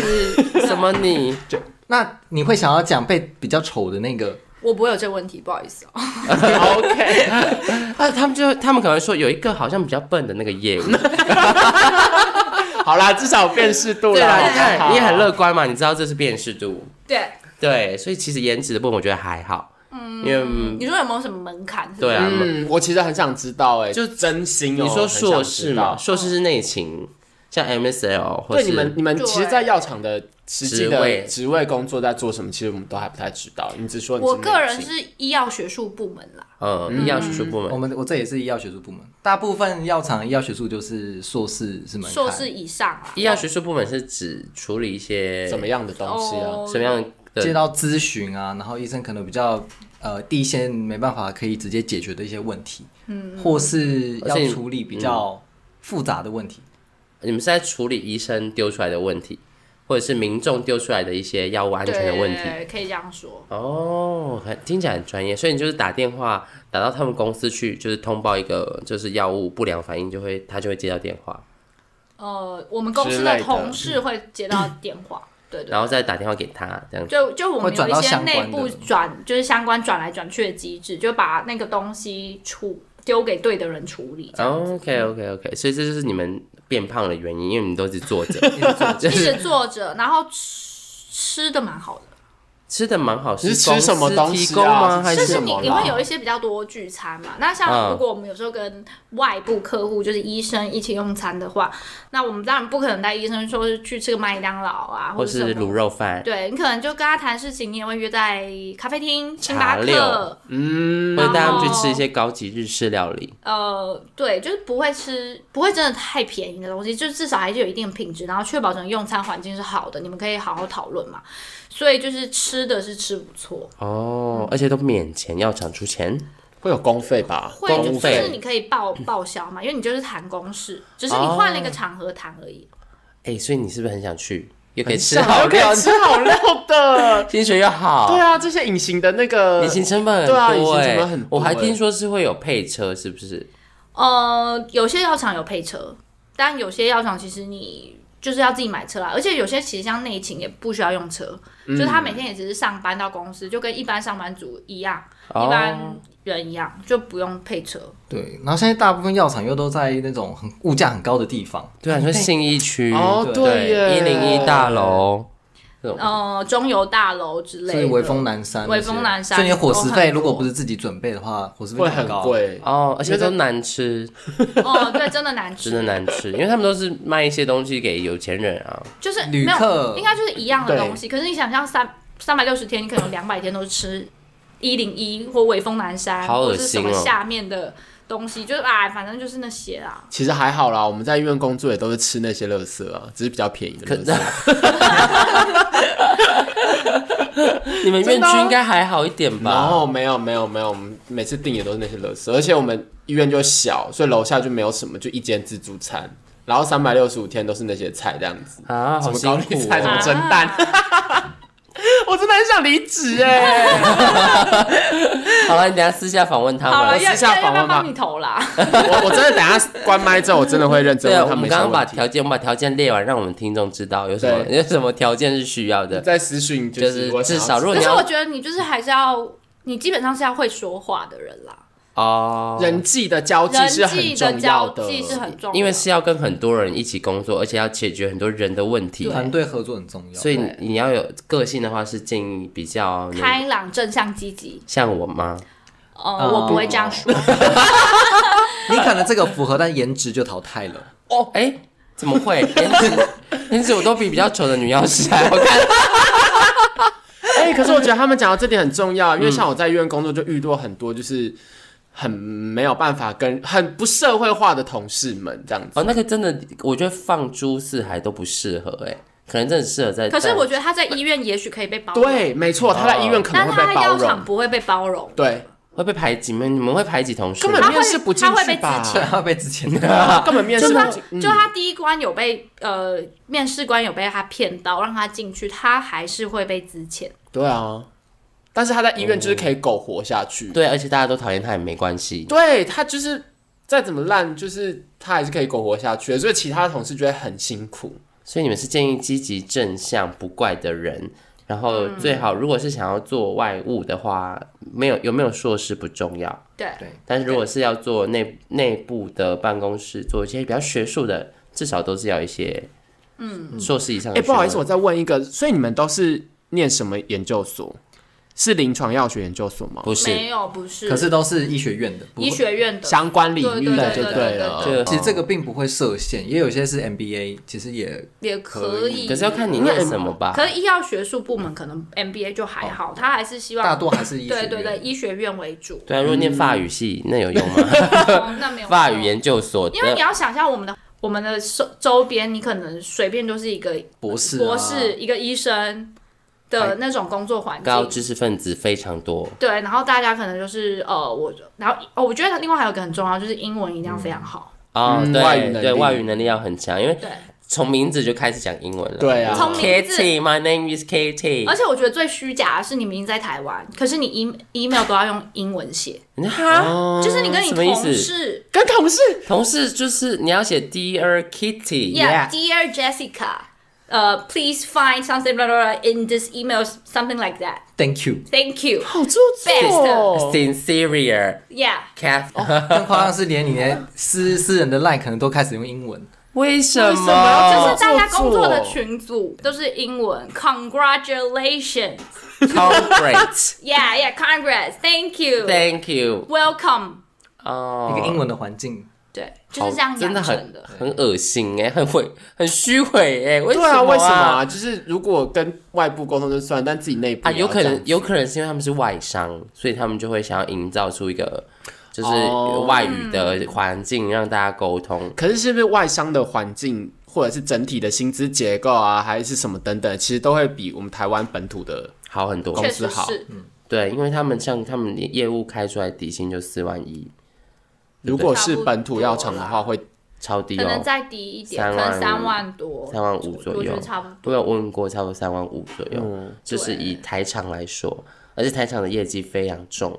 Speaker 1: 什么 你？
Speaker 4: 那你会想要讲被比较丑的那个？
Speaker 3: 我不会有这个问题，不好意思哦。
Speaker 2: OK，
Speaker 1: 啊，他们就他们可能说有一个好像比较笨的那个业务，
Speaker 2: 好啦，至少有辨识度
Speaker 1: 对啊
Speaker 2: 啦。
Speaker 3: 啊
Speaker 1: 啦，你
Speaker 2: 好
Speaker 1: 看你也很乐观嘛，你知道这是辨识度，
Speaker 3: 对，
Speaker 1: 对，所以其实颜值的部分我觉得还好，因为嗯
Speaker 3: 你说有没有什么门槛？是不是
Speaker 1: 对啊，
Speaker 2: 嗯，我其实很想知道、哎，
Speaker 1: 就
Speaker 2: 真心哦、
Speaker 1: 你说
Speaker 2: 很想知道
Speaker 1: 硕士嘛，？硕士是内勤，像 MSL 或
Speaker 2: 对，
Speaker 1: 是
Speaker 2: 你们你们
Speaker 3: 对
Speaker 2: 其实，在药厂的实际
Speaker 1: 职
Speaker 2: 的
Speaker 1: 位
Speaker 2: 职位工作在做什么，其实我们都还不太知道。你只说你
Speaker 3: 我个人
Speaker 2: 内勤
Speaker 3: 是医药学术部门啦，
Speaker 1: 嗯医药学术部
Speaker 4: 我
Speaker 2: 哦
Speaker 1: 门，
Speaker 4: 们我这也是医药学术部门，大部分药厂医药学术就是硕士是门槛
Speaker 3: 硕士以上啊啦。
Speaker 1: 医药学术部门是指处理一些
Speaker 2: 怎么样的东西啊？
Speaker 3: 哦
Speaker 1: 什么样
Speaker 4: 接
Speaker 1: 的
Speaker 4: 到咨询啊，然后医生可能比较呃第一线没办法可以直接解决的一些问题，嗯，或是要
Speaker 1: 而且你嗯
Speaker 4: 处理比较复杂的问题。
Speaker 1: 你们是在处理医生丢出来的问题，或者是民众丢出来的一些药物安全的问题。
Speaker 3: 对，可以这样说。
Speaker 1: 哦，很听起来很专业，所以你就是打电话打到他们公司去，就是通报一个就是药物不良反应，就会他就会接到电话，
Speaker 3: 呃，我们公司的同事会接到电话，对对
Speaker 1: 然。后再打电话给他这样子。
Speaker 3: 就就我们
Speaker 4: 会
Speaker 3: 有
Speaker 4: 转
Speaker 3: 一
Speaker 4: 到
Speaker 3: 些
Speaker 4: 相关
Speaker 3: 内
Speaker 4: 的
Speaker 3: 部转，就是相关转来转去的机制，就把那个东西处丢给对的人处理，这样
Speaker 1: OK OK OK，所以这就是你们变胖的原因，因为你们都是坐着， 就
Speaker 3: 一直
Speaker 1: 是
Speaker 3: 坐着，然后吃吃的蛮好的。
Speaker 1: 吃的蛮好，
Speaker 2: 你是吃什么
Speaker 1: 公司
Speaker 2: 东西啊
Speaker 1: 提供吗？还
Speaker 3: 就是是
Speaker 1: 什
Speaker 3: 你
Speaker 1: 么
Speaker 3: 你
Speaker 1: 啦？
Speaker 3: 会有一些比较多聚餐嘛？那
Speaker 1: 嗯
Speaker 3: 像如果我们有时候跟外部客户，就是医生一起用餐的话，那我们当然不可能带医生说是去吃个麦当劳啊，
Speaker 1: 或
Speaker 3: 者什
Speaker 1: 是卤
Speaker 3: 么。
Speaker 1: 肉饭，
Speaker 3: 对你可能就跟他谈事情，你也会约在咖啡厅、星巴
Speaker 1: 茶六
Speaker 3: 克，
Speaker 2: 嗯，
Speaker 1: 或者带他们去
Speaker 3: 然后
Speaker 1: 吃一些高级日式料理。
Speaker 3: 呃，对，就是不会吃，不会真的太便宜的东西，就至少还是有一定的品质，然后确保整个用餐环境是好的，你们可以好好讨论嘛。所以就是吃的是吃不错，
Speaker 1: 哦，而且都免钱，药厂出钱。
Speaker 2: 会有公费吧？
Speaker 3: 会
Speaker 2: 公
Speaker 3: 就
Speaker 2: 务
Speaker 3: 是
Speaker 2: 费
Speaker 3: 你可以报报销嘛，因为你就是谈公事，只是你换了一个场合谈而已。
Speaker 1: 哎、所以你是不是很想去？又可以吃
Speaker 2: 是好
Speaker 1: 好
Speaker 2: 可
Speaker 1: 料，
Speaker 2: 以吃好料的。
Speaker 1: 薪水又好，
Speaker 2: 对啊，这些隐形的那个
Speaker 1: 隐形成本很
Speaker 2: 呃对啊隐
Speaker 1: 多
Speaker 2: 形成
Speaker 1: 哎、
Speaker 2: 本很多
Speaker 1: 我还
Speaker 2: 欸
Speaker 1: 听说是会有配车，是不是？
Speaker 3: 呃，有些药厂有配车，但有些药厂其实你就是要自己买车啦，而且有些其实像内勤也不需要用车，就是他每天也只是上班到公司，就跟一般上班族一样，
Speaker 1: 哦
Speaker 3: 一般人一样，就不用配车。
Speaker 4: 对，然后现在大部分药厂又都在那种很物价很高的地方，
Speaker 1: 对啊，你说信义区
Speaker 2: 哦对耶
Speaker 1: 一零一大楼，
Speaker 3: 呃，中油大楼之类
Speaker 4: 所以
Speaker 3: 的，
Speaker 4: 微风南山那些，
Speaker 3: 微风南山
Speaker 4: 所以你伙食费
Speaker 3: 都很多
Speaker 4: 如果不是自己准备的话，伙食费
Speaker 2: 会
Speaker 4: 就
Speaker 2: 很
Speaker 4: 高。
Speaker 2: 贵，
Speaker 1: 哦，而且都难吃，
Speaker 3: 哦，对，真的难吃
Speaker 1: 真的难吃，因为他们都是卖一些东西给有钱人 啊。
Speaker 3: 就是没
Speaker 4: 旅客
Speaker 3: 有，应该就是一样的东西。可是你想象三三百六十天，你可能有两百天都是吃一零一或威风南山，
Speaker 1: 好
Speaker 3: 或
Speaker 1: 恶
Speaker 3: 者是什
Speaker 1: 心哦
Speaker 3: 么下面的东西，就是啊，反正就是那些啦。
Speaker 2: 其实还好啦，我们在医院工作也都是吃那些垃圾啊，只是比较便宜的垃圾。
Speaker 1: 你们院区应该还好一点
Speaker 2: 然
Speaker 1: 吧？
Speaker 2: 后没有没有没有，我们每次订也都是那些垃圾，而且我们医院就小，所以楼下就没有什么，就一间自助餐，然后三百六十五天都是那些菜这样子，
Speaker 1: 啊，好
Speaker 2: 哦什么
Speaker 1: 辛
Speaker 2: 高
Speaker 1: 苦
Speaker 2: 丽菜什
Speaker 1: 哦、
Speaker 2: 么蒸蛋，
Speaker 3: 啊
Speaker 2: 我真的很想离职
Speaker 1: 欸
Speaker 2: 哎。
Speaker 1: 好了，你等一下啊私下访问他
Speaker 3: 好
Speaker 1: 们
Speaker 3: 了，
Speaker 2: 我。
Speaker 3: 要
Speaker 2: 私下
Speaker 3: 要要
Speaker 2: 访
Speaker 3: 不要
Speaker 2: 问吧
Speaker 3: 帮你投啦？
Speaker 2: 我我真的等一下关麦之后，我真的会认真
Speaker 1: 对啊，
Speaker 2: 问
Speaker 1: 我
Speaker 2: 他
Speaker 1: 们
Speaker 2: 们一
Speaker 1: 刚
Speaker 2: 些
Speaker 1: 刚把
Speaker 2: 问题。
Speaker 1: 条件，我们把条件列完，让我们听众知道有什么
Speaker 2: 对
Speaker 1: 有什么条件是需要的。
Speaker 2: 在私讯
Speaker 1: 就是是
Speaker 2: 我想
Speaker 1: 至
Speaker 2: 要
Speaker 1: 少如果
Speaker 3: 可
Speaker 1: 你
Speaker 3: 是
Speaker 1: 要
Speaker 3: 我觉得你就是还是要，你基本上是要会说话的人啦，
Speaker 1: 哦，
Speaker 2: 人际的交际
Speaker 3: 人
Speaker 2: 是
Speaker 3: 际
Speaker 2: 很
Speaker 3: 的
Speaker 2: 重要
Speaker 3: 交际是很重要的，
Speaker 1: 因为是要跟很多人一起工作，而且要解决很多人的问题，
Speaker 4: 团队合作很重要。
Speaker 1: 所以你你要有个性的话，是建议比较能
Speaker 3: 开朗、正向、积极。
Speaker 1: 像我吗？
Speaker 3: 呃，我不会这样说，
Speaker 4: 你可能这个符合，但颜值就淘汰 了。
Speaker 1: 哦，哎、怎么会？颜值，颜值我都比比较丑的女药师还好看。
Speaker 2: 哎、可是我觉得他们讲到这点很重要，因为像我在医院工作就遇到很多就是很没有办法跟很不社会化的同事们这样子。
Speaker 1: 哦，那个真的，我觉得放诸四海都不适合、哎，可能真的适合在。
Speaker 3: 可是我觉得他在医院也许可以被包容，，
Speaker 2: 对，没错，他在医院可能
Speaker 3: 但
Speaker 2: 会
Speaker 3: 哦他在
Speaker 2: 被包
Speaker 3: 药
Speaker 2: 容
Speaker 3: 厂，不会被包容。
Speaker 2: 对，
Speaker 1: 会被排挤吗？你们会排挤同事
Speaker 2: 根
Speaker 1: 吗？
Speaker 2: 本
Speaker 3: 他会
Speaker 2: 面试不进
Speaker 3: 他会
Speaker 2: 去
Speaker 3: 被
Speaker 2: 吧
Speaker 3: 支？持
Speaker 4: 对，他被之前
Speaker 2: 根本面
Speaker 3: 就
Speaker 2: 试
Speaker 3: 他
Speaker 2: 不进，嗯
Speaker 3: 就他第一关有被呃面试官有被他骗到，让他进去，他还是会被资遣。
Speaker 2: 对啊，但是他在医院就是可以苟活下去。
Speaker 3: 哦
Speaker 1: 对，而且大家都讨厌他也没关系。
Speaker 2: 对他就是再怎么烂，就是他还是可以苟活下去的，所以其他的同事就会很辛苦。
Speaker 1: 所以你们是建议积极正向不怪的人，然后最好如果是想要做外务的话，没有有没有硕士不重要，
Speaker 3: 对，
Speaker 1: 但是如果是要做内内部的办公室，做一些比较学术的，至少都是要一些嗯硕士以上
Speaker 2: 哎、
Speaker 1: 的学
Speaker 2: 不
Speaker 1: 问。
Speaker 2: 好意思，我再问一个，所以你们都是念什么研究所？是临床药学研究所吗？
Speaker 1: 不是
Speaker 3: 没有不是，
Speaker 4: 可是都是医学院的，不
Speaker 3: 医
Speaker 4: 会。
Speaker 3: 学院的
Speaker 2: 相关领域的就
Speaker 3: 对对对对啊
Speaker 2: 了。
Speaker 1: 对
Speaker 4: 其实这个并不会设限，也有些是 MBA，其实也
Speaker 3: 也可以，
Speaker 1: 可是要看你念什么啊吧。，
Speaker 3: 可是医药学术部门可能 MBA 就还好，他还是希望
Speaker 4: 大多还是医学
Speaker 3: 对
Speaker 4: 院。
Speaker 3: 对对医学院为主
Speaker 1: 对啊，如果念法语系，那有用吗？
Speaker 3: 哦那没有
Speaker 1: 法语研究所
Speaker 3: 因为你
Speaker 1: 的
Speaker 3: 要想象我们的我们的周周边，你可能随便就是一个
Speaker 4: 博士、啊、
Speaker 3: 博士、一个医生的那种工作环境，
Speaker 1: 高知识分子非常多。
Speaker 3: 对，然后大家可能就是呃，我然后哦，我觉得另外还有一个很重要，就是英文一定要非常好。
Speaker 1: 哦，
Speaker 2: 嗯
Speaker 1: 对
Speaker 2: 外语能力
Speaker 1: 对，外语能力要很强，因为
Speaker 3: 对，
Speaker 1: 从名字就开始讲英文了。
Speaker 2: 对啊
Speaker 3: 从名字
Speaker 1: Kitty，My name is Kitty
Speaker 3: 而。且我觉得最虚假的是，你明明在台湾，可是你 e email 都要用英文写，
Speaker 1: 哈，
Speaker 3: 就是你跟你
Speaker 1: 哦嗯什么意
Speaker 3: 同
Speaker 1: 思
Speaker 3: 事
Speaker 2: 跟同事
Speaker 1: 同事就是你要写 Dear Kitty，
Speaker 2: Yeah.
Speaker 3: ，Yeah，Dear Jessica，呃、p l e a s e find something blah blah blah in this email something like that。
Speaker 4: Thank you，
Speaker 3: Thank you。
Speaker 2: 好做作哦
Speaker 1: Sincere
Speaker 3: Yeah，
Speaker 1: Cat，、
Speaker 4: 更夸张是连你的私私人的 line 可能都开始用英文。
Speaker 1: 为什
Speaker 2: 为什么要这
Speaker 3: 就
Speaker 2: 样
Speaker 1: 么？
Speaker 3: 是大家工作的
Speaker 2: 做作
Speaker 3: 群组都是英文，Congratulations。
Speaker 1: 超 great，Thank
Speaker 3: Yeah, yeah, congrats, thank you,
Speaker 1: you。
Speaker 3: welcome。
Speaker 1: 哦，
Speaker 4: 一个英文的环境，
Speaker 3: 对，就
Speaker 1: 好
Speaker 3: 是这样
Speaker 1: 真
Speaker 3: 养
Speaker 1: 的
Speaker 3: 成
Speaker 1: 很
Speaker 3: 的。
Speaker 1: 很恶心哎、很毁，很虚伪哎，为什
Speaker 2: 对
Speaker 1: 么、
Speaker 2: 啊，为什么
Speaker 1: 啊
Speaker 2: 啊？？就是如果跟外部沟通就算，但自己内部
Speaker 1: 啊，
Speaker 2: 也
Speaker 1: 有
Speaker 2: 要
Speaker 1: 可
Speaker 2: 这样
Speaker 1: 能
Speaker 2: 子
Speaker 1: 有可能是因为他们是外商，所以他们就会想要营造出一个就是
Speaker 2: 哦
Speaker 1: 外语的环境，让大家沟通。
Speaker 2: 可是是不是外商的环境，或者是整体的薪资结构啊，还是什么等等，其实都会比我们台湾本土的
Speaker 1: 好很多
Speaker 2: 公
Speaker 3: 确
Speaker 2: 司
Speaker 3: 实
Speaker 2: 好
Speaker 3: 是，
Speaker 1: 对，因为他们像他们业务开出来底薪就四万一，
Speaker 2: 如果是本土药厂的话，会
Speaker 1: 超低
Speaker 3: 可能
Speaker 1: 哦，
Speaker 3: 再低一点，
Speaker 1: 3
Speaker 3: 可
Speaker 1: 万
Speaker 3: 能三万多，
Speaker 1: 三万五左
Speaker 3: 我觉
Speaker 1: 右
Speaker 3: 得。差不多。
Speaker 1: 啊我有问过，差不多三万五左右，
Speaker 4: 嗯
Speaker 1: 就是以台厂来说，而且台厂的业绩非常重，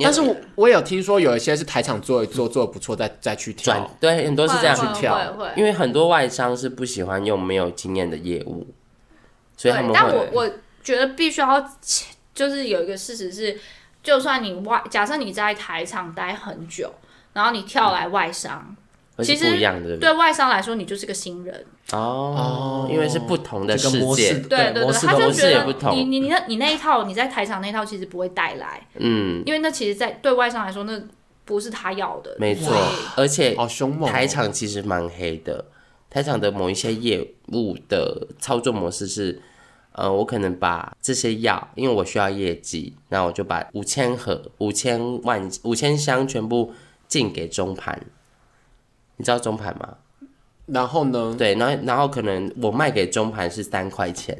Speaker 2: 但是我我有听说有一些是台厂做一做做得不错，再再去
Speaker 1: 转
Speaker 2: 跳。
Speaker 1: 对很多是这样
Speaker 3: 会
Speaker 2: 去跳
Speaker 3: 会会
Speaker 1: 因为很多外商是不喜欢用没有经验的业务，所
Speaker 3: 对
Speaker 1: 以他们，
Speaker 3: 但我
Speaker 1: 会
Speaker 3: 我觉得必须要切，就是有一个事实是，就算你外，假设你在台厂待很久，然后你跳来外商，
Speaker 1: 会是
Speaker 3: 其实
Speaker 1: 不一样的，对不对？
Speaker 3: 对外商来说你就是个新人，
Speaker 1: 哦，因为是不同的
Speaker 4: 这
Speaker 1: 世
Speaker 4: 个模式
Speaker 1: 界，
Speaker 3: 对对
Speaker 4: 模
Speaker 3: 对，
Speaker 4: 式
Speaker 3: 他
Speaker 4: 都
Speaker 3: 就
Speaker 1: 模
Speaker 3: 觉
Speaker 1: 式也
Speaker 3: 得
Speaker 1: 不同
Speaker 3: 你你你那你那一套你在台厂那一套其实不会带来，
Speaker 1: 嗯，
Speaker 3: 因为那其实在对外商来说那不是他要的，
Speaker 1: 没错
Speaker 3: 所以，
Speaker 1: 而且
Speaker 2: 好凶猛哦、
Speaker 1: 台场其实蛮黑的，台场的某一些业务的操作模式是，呃，我可能把这些药，因为我需要业绩，那我就把五千盒、五千万、五千箱全部进给中盘。你知道中盘吗？
Speaker 2: 然后呢？
Speaker 1: 对，然后然后可能我卖给中盘是三块钱，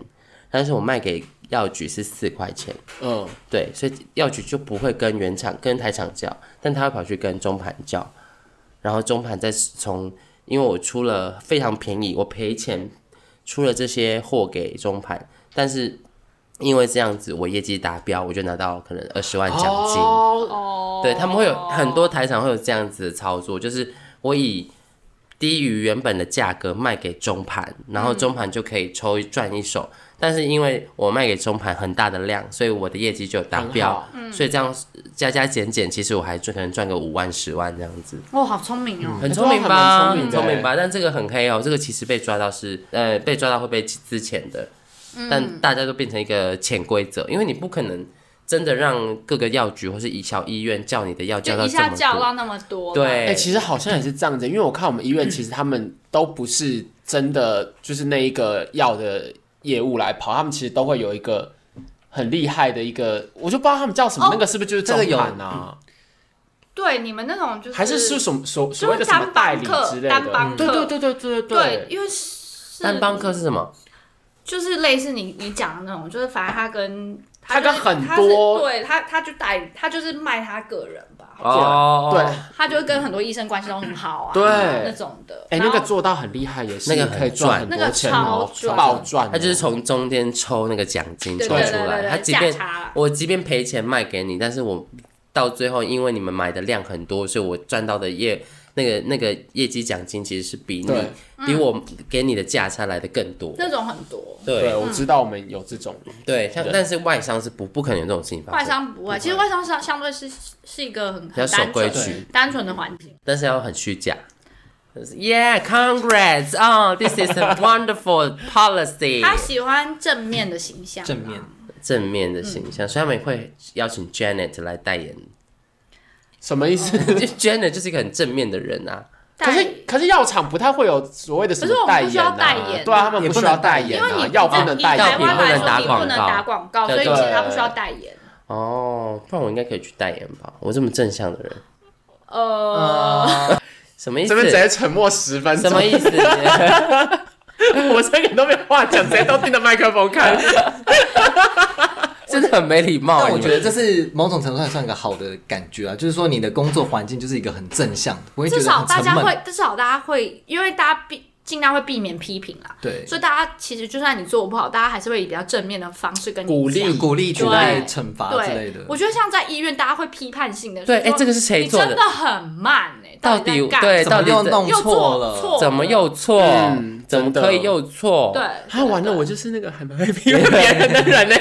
Speaker 1: 但是我卖给药局是四块钱。
Speaker 2: 嗯，
Speaker 1: 对，所以药局就不会跟原厂、跟台厂叫，但他会跑去跟中盘叫，然后中盘再从，因为我出了非常便宜，我赔钱出了这些货给中盘，但是因为这样子我业绩达标，我就拿到可能二十万奖金。
Speaker 2: 哦，
Speaker 3: 哦，
Speaker 1: 对他们会有很多台厂会有这样子的操作，就是我以低于原本的价格卖给中盘，然后中盘就可以抽一赚一手。但是因为我卖给中盘很大的量，所以我的业绩就有达
Speaker 2: 很
Speaker 1: 标
Speaker 2: 好，嗯
Speaker 1: 所以这样加加减减，其实我还赚可能赚个五万十万这样子，
Speaker 3: 哦，好聪明哦，
Speaker 1: 很
Speaker 2: 这
Speaker 1: 聪明
Speaker 2: 还蛮
Speaker 1: 吧？
Speaker 2: 聪明
Speaker 1: 很
Speaker 2: 的
Speaker 1: 聪明
Speaker 2: 欸
Speaker 1: 吧？但这个很黑哦，这个其实被抓到是呃被抓到会被之前的，
Speaker 3: 嗯
Speaker 1: 但大家都变成一个潜规则，因为你不可能。真的让各个药局或是小医院叫你的药叫
Speaker 3: 就
Speaker 1: 到
Speaker 3: 一
Speaker 1: 这么
Speaker 3: 下
Speaker 1: 多，
Speaker 3: 叫到那么多，
Speaker 1: 对，
Speaker 2: 哎、其实好像也是这样子，因为我看我们医院，其实他们都不是真的就是那一个药的业务来跑，他们其实都会有一个很厉害的一个，我就不知道他们叫什么，
Speaker 3: 哦
Speaker 2: 那个是不是就是
Speaker 4: 这个
Speaker 2: 中
Speaker 4: 有
Speaker 2: 盘
Speaker 3: 嗯
Speaker 2: 啊？
Speaker 3: 对，你们那种就是
Speaker 2: 还是是什么所所
Speaker 3: 就
Speaker 2: 谓
Speaker 3: 是
Speaker 2: 的什么
Speaker 3: 单
Speaker 2: 代
Speaker 3: 帮
Speaker 2: 理
Speaker 3: 客
Speaker 2: 之类，
Speaker 3: 单
Speaker 2: 的？
Speaker 3: 帮
Speaker 2: 对对
Speaker 3: 客，
Speaker 2: 对对对对
Speaker 3: 对，，因为是
Speaker 1: 单帮课是什么？
Speaker 3: 就是类似你你讲的那种，就是反正他跟
Speaker 2: 他跟
Speaker 3: 就是
Speaker 2: 很
Speaker 3: 他是
Speaker 2: 多
Speaker 3: 对他他就带他就是卖他个人吧，
Speaker 1: 哦，
Speaker 2: 啊对，
Speaker 3: 他就会跟很多医生关系都很好啊，
Speaker 2: 对
Speaker 3: 那种的，
Speaker 2: 哎、
Speaker 3: 然
Speaker 2: 那
Speaker 3: 后
Speaker 2: 个做到很厉害，也是
Speaker 1: 那个很
Speaker 2: 可以赚很
Speaker 3: 赚
Speaker 2: 多钱哦，
Speaker 3: 那个超赚
Speaker 2: 爆赚哦、
Speaker 1: 他就是从中间抽那个奖金
Speaker 3: 对
Speaker 1: 抽
Speaker 3: 对对
Speaker 1: 出
Speaker 3: 对
Speaker 1: 来，
Speaker 3: 对，
Speaker 1: 他即
Speaker 3: 价
Speaker 1: 便
Speaker 3: 差啦
Speaker 1: 我即便赔钱卖给你，但是我到最后因为你们买的量很多，所以我赚到的业那个那个业绩奖金其实是比
Speaker 2: 对
Speaker 1: 你比我给你的价差来的更多。
Speaker 3: 那种很多。
Speaker 2: 对，
Speaker 1: 对
Speaker 2: 我知道我们有这种，
Speaker 3: 嗯
Speaker 1: 对，像
Speaker 2: 对
Speaker 1: 但是外商是不不可能有这种事情发
Speaker 3: 外
Speaker 1: 生，
Speaker 3: 商不会，其实外商相相对是是一个很
Speaker 1: 比较
Speaker 3: 很
Speaker 1: 守
Speaker 3: 单
Speaker 1: 规
Speaker 3: 纯
Speaker 1: 矩，
Speaker 3: 单纯的环境。
Speaker 1: 但是要很虚假。就是 Yeah, congrats! Oh, this is a wonderful policy.
Speaker 3: 他喜欢正面的形象，啊
Speaker 4: 正面
Speaker 1: 正面的形象，所以他们也会邀请 Janet 来代言
Speaker 2: 什么意思？
Speaker 3: 嗯
Speaker 1: 就 Jenna 就是一个很正面的人啊，
Speaker 3: 但
Speaker 2: 可是可是药厂不太会有所谓的什
Speaker 3: 可是
Speaker 2: 么
Speaker 3: 我们
Speaker 2: 代
Speaker 3: 不需
Speaker 2: 言
Speaker 3: 要
Speaker 2: 啊，
Speaker 3: 代言
Speaker 2: 对啊，他们
Speaker 4: 也
Speaker 2: 不
Speaker 4: 不
Speaker 2: 需
Speaker 4: 能
Speaker 2: 要代
Speaker 4: 代
Speaker 2: 言
Speaker 3: 因为
Speaker 2: 啊
Speaker 3: 你，
Speaker 2: 药不
Speaker 3: 在
Speaker 2: 能
Speaker 3: 以
Speaker 2: 代
Speaker 3: 台
Speaker 2: 言
Speaker 3: 湾
Speaker 1: 不
Speaker 3: 来
Speaker 1: 能打
Speaker 3: 说，你不
Speaker 1: 广
Speaker 3: 能
Speaker 1: 告
Speaker 3: 打广告，
Speaker 1: 对
Speaker 3: 所以其实他不需要
Speaker 2: 对
Speaker 3: 代言。
Speaker 1: 哦，不然我应该可以去代言吧？我这么正向的人，
Speaker 3: 呃，
Speaker 1: 什么意
Speaker 2: 这
Speaker 1: 思？
Speaker 2: 边直接沉默十分
Speaker 1: 什
Speaker 2: 钟
Speaker 1: 么，意 思？
Speaker 2: 我这个都没有话讲，直接都盯着麦克风看。
Speaker 1: 真的很没礼貌
Speaker 3: 哦
Speaker 1: 啊。
Speaker 4: 但我觉得
Speaker 1: 你
Speaker 4: 这是某种程度上算一个好的感觉啊，就是说你的工作环境就是一个很正向的，不会觉
Speaker 3: 至
Speaker 4: 得
Speaker 3: 少
Speaker 4: 很
Speaker 3: 大
Speaker 4: 沉
Speaker 3: 家
Speaker 4: 闷。
Speaker 3: 会，至少大家会，因为大家毕尽量会避免批评啦。
Speaker 4: 对，
Speaker 3: 所以大家其实就算你做不好，大家还是会以比较正面的方式跟你
Speaker 2: 鼓励
Speaker 3: 讲
Speaker 4: 鼓励取
Speaker 3: 对
Speaker 4: 代惩罚之类
Speaker 3: 对
Speaker 4: 的，。
Speaker 3: 我觉得像在医院，大家会批判性的
Speaker 1: 对，哎、这
Speaker 3: 个
Speaker 1: 个是谁
Speaker 3: 你
Speaker 1: 做
Speaker 3: 真
Speaker 1: 的
Speaker 3: 的？很慢哎、
Speaker 1: 到
Speaker 3: 底
Speaker 1: 底
Speaker 3: 在干
Speaker 1: 对，
Speaker 4: 怎
Speaker 1: 到
Speaker 4: 么
Speaker 1: 底
Speaker 4: 又
Speaker 1: 怎
Speaker 4: 弄
Speaker 3: 又
Speaker 4: 错
Speaker 3: 做
Speaker 4: 了？
Speaker 3: 错
Speaker 1: 怎么又错？
Speaker 2: 嗯
Speaker 1: 怎么
Speaker 2: 真的
Speaker 1: 可以又错？
Speaker 3: 对，
Speaker 2: 啊，完了，我就是那个 还蛮会批评别人的人 呢。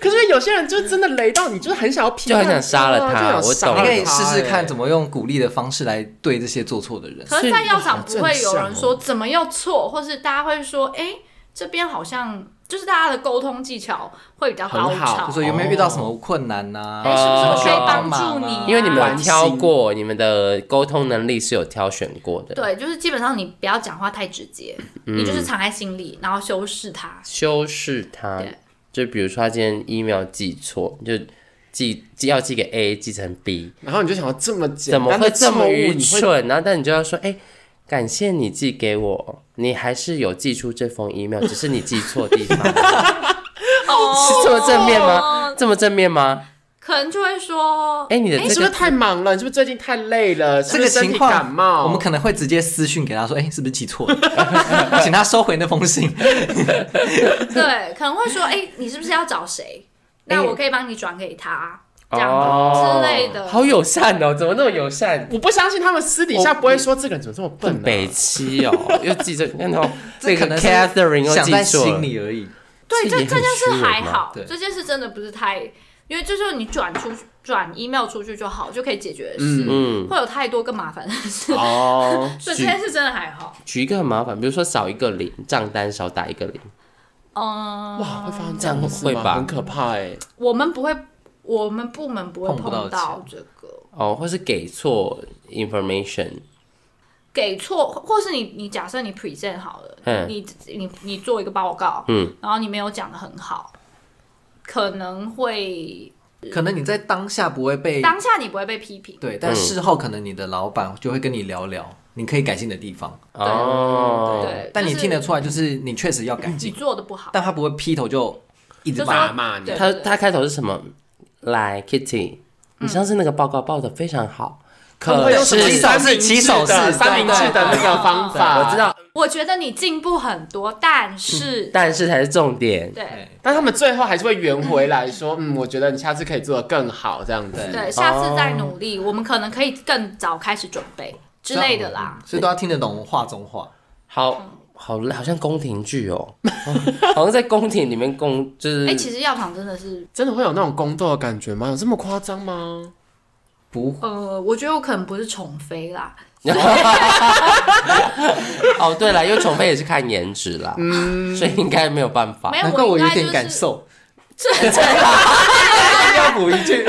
Speaker 2: 可是有些人就真的雷到你，就是很想要批
Speaker 1: 就
Speaker 2: 判
Speaker 1: 很
Speaker 2: 他，
Speaker 1: 想杀了他
Speaker 2: 就想
Speaker 1: 我
Speaker 2: 杀
Speaker 1: 懂
Speaker 4: 你
Speaker 2: 了
Speaker 4: 可以试试
Speaker 2: 他
Speaker 4: 看
Speaker 2: 欸
Speaker 4: 怎么用鼓励的方式来对这些做错的人。
Speaker 3: 可是，在药厂不会有
Speaker 2: 好正
Speaker 3: 人
Speaker 2: 向
Speaker 3: 说怎么又错，或是大家会说，哎、这边好像就是大家的沟通技巧会比较高
Speaker 2: 很好
Speaker 3: 超
Speaker 4: 就。说有没有遇到什么困难呐、
Speaker 3: 哦哎，是不是我可以
Speaker 4: 哦
Speaker 3: 帮助你啊、
Speaker 1: 因为你们有
Speaker 2: 玩
Speaker 1: 挑
Speaker 2: 心
Speaker 1: 过，你们的沟通能力是有挑选过的。，嗯
Speaker 3: 对，就是基本上你不要讲话太直接，你就是藏在心里，然后修饰它。
Speaker 1: 修饰它
Speaker 3: 对，
Speaker 1: 就比如说他今天 email 寄错，就寄寄要寄给 A，寄成 B，
Speaker 2: 然后你就想要这么简
Speaker 1: 怎么
Speaker 2: 单
Speaker 1: 会
Speaker 2: 的
Speaker 1: 这
Speaker 2: 错
Speaker 1: 么
Speaker 2: 误
Speaker 1: 愚
Speaker 2: 你会
Speaker 1: 蠢？然后但你就要说，哎、感谢你寄给我，你还是有寄出这封 email，只是你寄错地方了，
Speaker 3: 哦
Speaker 1: 这么正面吗？？这么正面吗？
Speaker 3: 可能就会说，
Speaker 1: 哎、你的
Speaker 2: 你
Speaker 1: 这
Speaker 2: 是
Speaker 1: 个
Speaker 2: 不是太忙了？你是不是最近太累了？是
Speaker 4: 这
Speaker 2: 不
Speaker 4: 个
Speaker 2: 是身
Speaker 4: 情
Speaker 2: 体
Speaker 4: 况，
Speaker 2: 感冒？
Speaker 4: 我们可能会直接私讯给他说：“哎、是不是记错了？” 请他收回那封信。
Speaker 3: 对，可能会说，哎、你是不是要找谁？那我可以帮你转给他，这样
Speaker 1: 哦
Speaker 3: 之类的。
Speaker 1: 好友善哦，怎么那么友善？
Speaker 2: 我不相信他们私底下不会说这个人怎么这么笨、
Speaker 1: 笨
Speaker 2: 啊。
Speaker 1: 北 七哦，又记着，那种
Speaker 4: 这
Speaker 1: 那个
Speaker 4: 可能是
Speaker 1: Catherine 又
Speaker 4: 想在
Speaker 1: 记错了
Speaker 4: 心。里而已。
Speaker 3: 对，
Speaker 1: 这
Speaker 3: 这
Speaker 1: 也
Speaker 3: 这
Speaker 1: 很
Speaker 3: 件
Speaker 1: 虚
Speaker 3: 事
Speaker 1: 伪
Speaker 3: 还
Speaker 1: 嘛
Speaker 3: 好
Speaker 4: 对，
Speaker 3: 这件事真的不是太，因为这就是你转出去转 email 出去就好，就可以解决的事，
Speaker 1: 嗯，
Speaker 3: 会有太多更麻烦的事，
Speaker 2: 哦，
Speaker 3: 所以这件事真的还好。
Speaker 1: 举一个很麻烦，比如说少一个零，账单少打一个零，
Speaker 3: 嗯，
Speaker 2: 哇，会发生这样的事
Speaker 1: 会
Speaker 2: 吗？
Speaker 1: 吧
Speaker 2: 很可怕哎、欸。
Speaker 3: 我们不会，我们部门不会
Speaker 4: 碰不到
Speaker 3: 碰到这个
Speaker 1: 哦，或是给错 information，
Speaker 3: 给错，或是你你假设你 present 好了，
Speaker 1: 嗯
Speaker 3: 你你你做一个报告，
Speaker 1: 嗯，
Speaker 3: 然后你没有讲的很好，可能会
Speaker 4: 可能你在当下不会被
Speaker 3: 当下你不会被批评，
Speaker 4: 对，
Speaker 2: 嗯
Speaker 4: 但事后可能你的老板就会跟你聊聊你可以改进的地方，
Speaker 1: 哦，
Speaker 3: 对，
Speaker 4: 但你
Speaker 3: 就是
Speaker 4: 听得出来，就是你确实要改
Speaker 3: 你
Speaker 4: 进，
Speaker 3: 做的不好，
Speaker 4: 但他不会劈头就一直
Speaker 3: 就
Speaker 4: 骂
Speaker 2: 骂
Speaker 3: 说
Speaker 4: 你。
Speaker 2: 骂你啊
Speaker 3: 对
Speaker 1: 他他开头是什么？来，Kitty，你
Speaker 3: 嗯
Speaker 1: 上次那个报告报的非常好，可
Speaker 2: 会用什
Speaker 1: 是
Speaker 2: 么
Speaker 4: 起手式起手式
Speaker 2: 的三明治的那个方法，
Speaker 1: 我知。道，
Speaker 3: 我觉得你进步很多，
Speaker 4: 嗯
Speaker 3: 但是、
Speaker 1: 但是才是重点。
Speaker 3: 对
Speaker 2: 但他们最后还是会圆回来说，嗯，我觉得你下次可以做的更好，这样子。
Speaker 4: 对
Speaker 3: 对，下次再努力，
Speaker 1: 哦
Speaker 3: 我们可能可以更早开始准备之类的啦。
Speaker 4: 嗯所以都要听得懂话中话。
Speaker 1: 好好累，好像宫廷剧哦， 好像在宫廷里面宫就是
Speaker 3: 哎、
Speaker 4: 嗯
Speaker 3: 其实药厂真的是，
Speaker 2: 真的会有那种宫斗的感觉吗？有这么夸张吗？
Speaker 4: 不，
Speaker 3: 呃，我觉得我可能不是宠妃啦，
Speaker 1: 哦，对了，因为宠妃也是看颜值啦，
Speaker 2: 嗯
Speaker 1: 所以应该没有办法
Speaker 3: 没。有，
Speaker 4: 啊难怪
Speaker 3: 哎
Speaker 4: 我
Speaker 3: 应
Speaker 4: 有
Speaker 3: 该就
Speaker 4: 点
Speaker 3: 是
Speaker 4: 感受，
Speaker 3: 真的，
Speaker 4: 要补一句。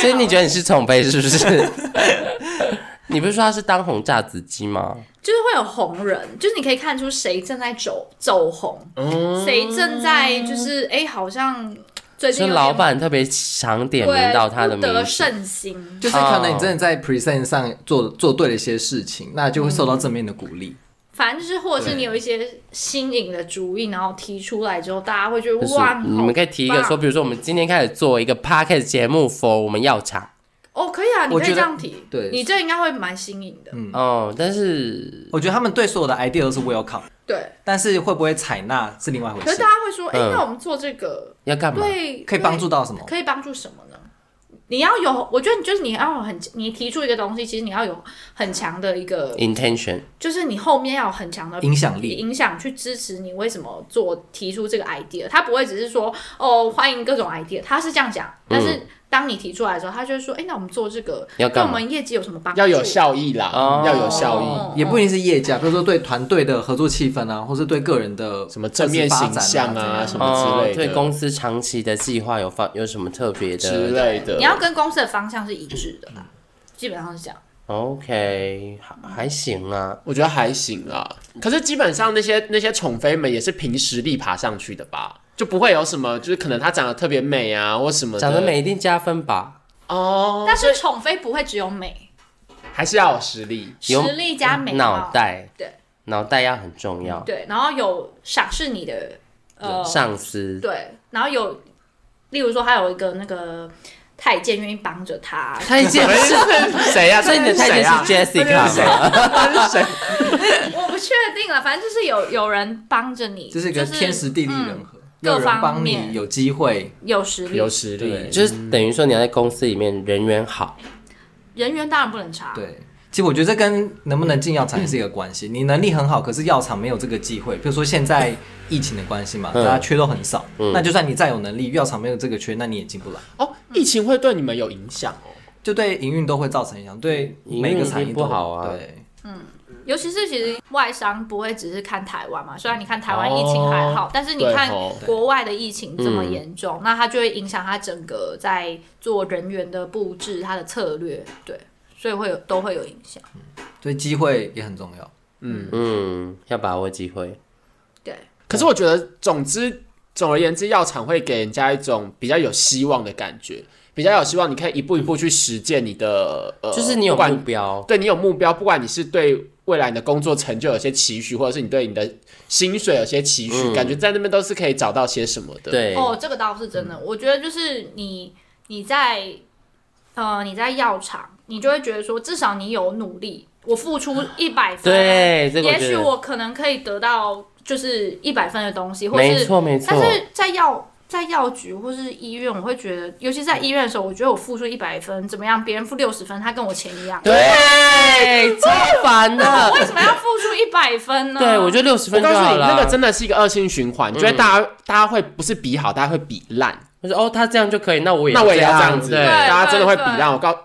Speaker 1: 所以你觉得你是宠妃是不是？ 你不是说她是当红炸子鸡吗？
Speaker 3: 就是会有红人，就是你可以看出谁正在走走红，
Speaker 1: 哦
Speaker 3: 谁正在就是哎、好像最近
Speaker 1: 是
Speaker 3: 有点
Speaker 1: 老板特别常点名
Speaker 3: 对
Speaker 1: 到她的名
Speaker 3: 不得
Speaker 1: 字，
Speaker 3: 慎心，
Speaker 4: 就是可能你真的在 present 上做做对了一些事情，那就会受到正面的鼓励。
Speaker 3: 反正就是或者是你有一些新颖的主意，然后提出来之后，大家会觉得
Speaker 1: 就是
Speaker 3: 哇，
Speaker 1: 你们可以提一个
Speaker 3: 好棒
Speaker 1: 说，比如说我们今天开始做一个 podcast 节目 for 我们药厂，
Speaker 3: 哦，可以啊，你
Speaker 4: 我
Speaker 3: 可以
Speaker 4: 觉得
Speaker 3: 这样提，
Speaker 4: 对
Speaker 3: 你这应该会蛮新颖的，
Speaker 2: 嗯
Speaker 1: 哦，但
Speaker 3: 嗯
Speaker 1: 是
Speaker 4: 我觉得他们对所有的 idea 都是 welcome，
Speaker 3: 对。
Speaker 4: 但是会不会采纳是另外一回
Speaker 3: 可是
Speaker 4: 事
Speaker 3: 大。家会说，哎、
Speaker 1: 嗯
Speaker 3: 那我们做这个
Speaker 1: 要干嘛？
Speaker 3: 对，啊
Speaker 4: 可以帮助到什么
Speaker 3: 对，？可以帮助什么呢？你要有，我觉得你就是你要有很，你提出一个东西，其实你要有很强的一个，
Speaker 1: intention
Speaker 3: 就是你后面要有很强的
Speaker 4: 影响力
Speaker 3: 影响去支持你为什么做提出这个 idea。他不会只是说哦欢迎各种 idea，他是这样讲，但是当你提出来的时候，他就会说，哎、那我们做这个
Speaker 1: 嗯要
Speaker 3: 对
Speaker 1: 干
Speaker 3: 我
Speaker 1: 嘛？
Speaker 3: 们业绩有什么帮助？
Speaker 2: 要有效益啦，
Speaker 1: 哦
Speaker 2: 要有效益。
Speaker 3: 哦
Speaker 4: 也不一定是业绩啊，比如说对团队的合作气氛啊，或是对个人的
Speaker 2: 什么正面形象
Speaker 4: 各自发展
Speaker 2: 啊，
Speaker 4: 啊
Speaker 2: 什
Speaker 4: 怎样
Speaker 2: 么之类的，
Speaker 1: 哦对公司长期的计划有方有什么特别
Speaker 2: 之
Speaker 1: 的
Speaker 2: 类的。
Speaker 3: 你要跟公司的方向是一致的啦，基本上是这样。
Speaker 1: ？OK，还还行啊。
Speaker 2: 我觉得还行啊，可是基本上那些那些宠妃们也是凭实力爬上去的吧，就不会有什么，就是可能她长得特别美啊，或什么的
Speaker 1: 长得美一定加分吧？
Speaker 2: 哦，
Speaker 3: 但是宠妃不会只有美，
Speaker 2: 还是要有实力。
Speaker 3: 实
Speaker 1: 有
Speaker 3: 力加美貌
Speaker 1: 脑袋
Speaker 3: 对
Speaker 1: 脑袋要很重要。
Speaker 3: 对，然后有赏识你的呃
Speaker 1: 上司
Speaker 3: 对，然后有例如说还有一个那个太监愿意帮着他，
Speaker 1: 太监是谁呀？所以你的太监是
Speaker 3: 啊
Speaker 2: 谁
Speaker 1: Jessica 吗？
Speaker 2: 谁？
Speaker 3: 我不不确定了，反正就是有有人帮着你，就
Speaker 4: 这
Speaker 3: 是嗯
Speaker 4: 一个天时地利人和，有
Speaker 3: 各
Speaker 4: 人
Speaker 3: 方
Speaker 4: 帮你，
Speaker 3: 面
Speaker 4: 有机会，
Speaker 3: 有实力
Speaker 2: 有，实力
Speaker 4: 对，
Speaker 2: 就
Speaker 1: 就是是等于说你要在公司里面人缘好，
Speaker 3: 人缘当然不能差。
Speaker 4: 对。其实我觉得这跟能不能进药厂也是一个关系。你能力很好，可是药厂没有这个机会。比如说现在疫情的关系嘛，大
Speaker 1: 嗯
Speaker 4: 家缺都很少。
Speaker 1: 嗯
Speaker 4: 那就算你再有能力，药厂没有这个缺，那你也进不来。
Speaker 2: 哦，疫情会对你们有影响哦。
Speaker 1: 嗯
Speaker 4: 就对营运都会造成影响，对
Speaker 1: 营运
Speaker 4: 每个产业都
Speaker 1: 一定不好啊
Speaker 4: 对，
Speaker 3: 尤其是其实外商不会只是看台湾嘛，虽然你看台湾疫情还好，但是你
Speaker 2: 对
Speaker 3: 看
Speaker 2: 吼
Speaker 3: 国外的疫情这么严重，那它就会影响它整个在做人员的布置、它的策略，对，所以会有都会有影响。
Speaker 4: 所以机会也很重要。
Speaker 1: 嗯，要把握机会。
Speaker 3: 对，
Speaker 2: 可是我觉得，总之，总而言之，药厂会给人家一种比较有希望的感觉，比较有希望，你可以一步一步去实践你的，呃，
Speaker 1: 就是你有
Speaker 2: 不管
Speaker 1: 目标，
Speaker 2: 对你有目标，不管你是对未来你的工作成就有些期许，或者是你对你的薪水有些期许，
Speaker 1: 嗯
Speaker 2: 感觉在那边都是可以找到些什么的。，
Speaker 1: 对，
Speaker 3: 哦，这个倒是真的，我觉得就是你你在呃你在药厂，你就会觉得说，至少你有努力，我付出一百分，啊
Speaker 1: 对，这个
Speaker 3: 也
Speaker 1: 我觉
Speaker 3: 许
Speaker 1: 得
Speaker 3: 我可能可以得到就是一百分的东西，或
Speaker 1: 没
Speaker 3: 是
Speaker 1: 错没错
Speaker 3: 但，是在药在药局或是医院，我会觉得，尤其在医院的时候，我觉得我付出一百分，怎么样？别人付六十分，他跟我钱一样，
Speaker 1: 对，超 烦的。
Speaker 3: 为什么要付出一百分 呢？
Speaker 1: 对，我觉得六十
Speaker 2: 我
Speaker 1: 分就
Speaker 2: 告诉
Speaker 1: 好
Speaker 2: 你，
Speaker 1: 了。嗯
Speaker 2: 那个真的是一个恶性循环，你觉得大家、大家会不是比好，大家会比烂，
Speaker 1: 我说哦，他这样就可以，那我也
Speaker 2: 那我也要这样
Speaker 1: 样
Speaker 2: 子，
Speaker 1: 对，
Speaker 3: 对
Speaker 2: 大家真的会比
Speaker 3: 对
Speaker 2: 烂。我告。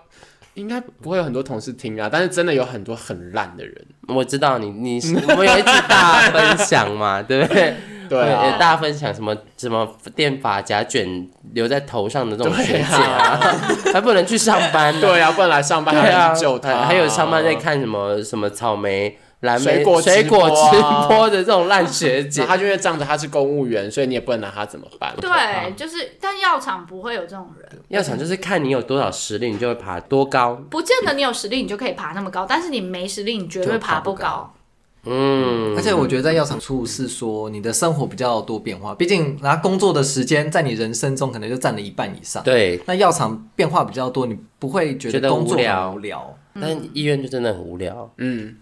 Speaker 2: 应该不会有很多同事听啊，但是真的有很多很烂的人，
Speaker 1: 我知道你， 你我们有一次大分享嘛， 对不对？
Speaker 2: 对啊，
Speaker 1: 大家分享什么什么电发夹卷留在头上的这种学
Speaker 2: 对
Speaker 1: 姐
Speaker 2: 啊
Speaker 1: 啊， 还不能去上班呢，
Speaker 2: 对啊，不然来上班
Speaker 1: 对
Speaker 2: 还有
Speaker 1: 啊
Speaker 2: 人救，他，哦
Speaker 1: 还还有上班在，看什么什么草莓、蓝莓、
Speaker 2: 水果直播啊
Speaker 1: 水果直播的这种烂学姐
Speaker 2: 然后，他就因为仗着他是公务员，所以你也不能拿他怎么办。
Speaker 3: 对，就是，但药厂不会有这种人，
Speaker 1: 要想就是看你有多少实力，你就会爬多高。
Speaker 3: 不见得你有实力你就可以爬那么高，但是你没实力，你绝对
Speaker 4: 就爬
Speaker 3: 爬
Speaker 4: 不
Speaker 3: 不高。
Speaker 1: 嗯，
Speaker 4: 而且我觉得在药厂处是说你的生活比较多变化，毕竟拿工作的时间在你人生中可能就占了一半以上。
Speaker 1: 对，
Speaker 4: 那药厂变化比较多，你不会觉
Speaker 1: 觉得
Speaker 4: 得工作
Speaker 1: 无
Speaker 4: 很
Speaker 1: 聊
Speaker 4: 无聊。
Speaker 1: 但医院就真的很无聊。
Speaker 2: 嗯，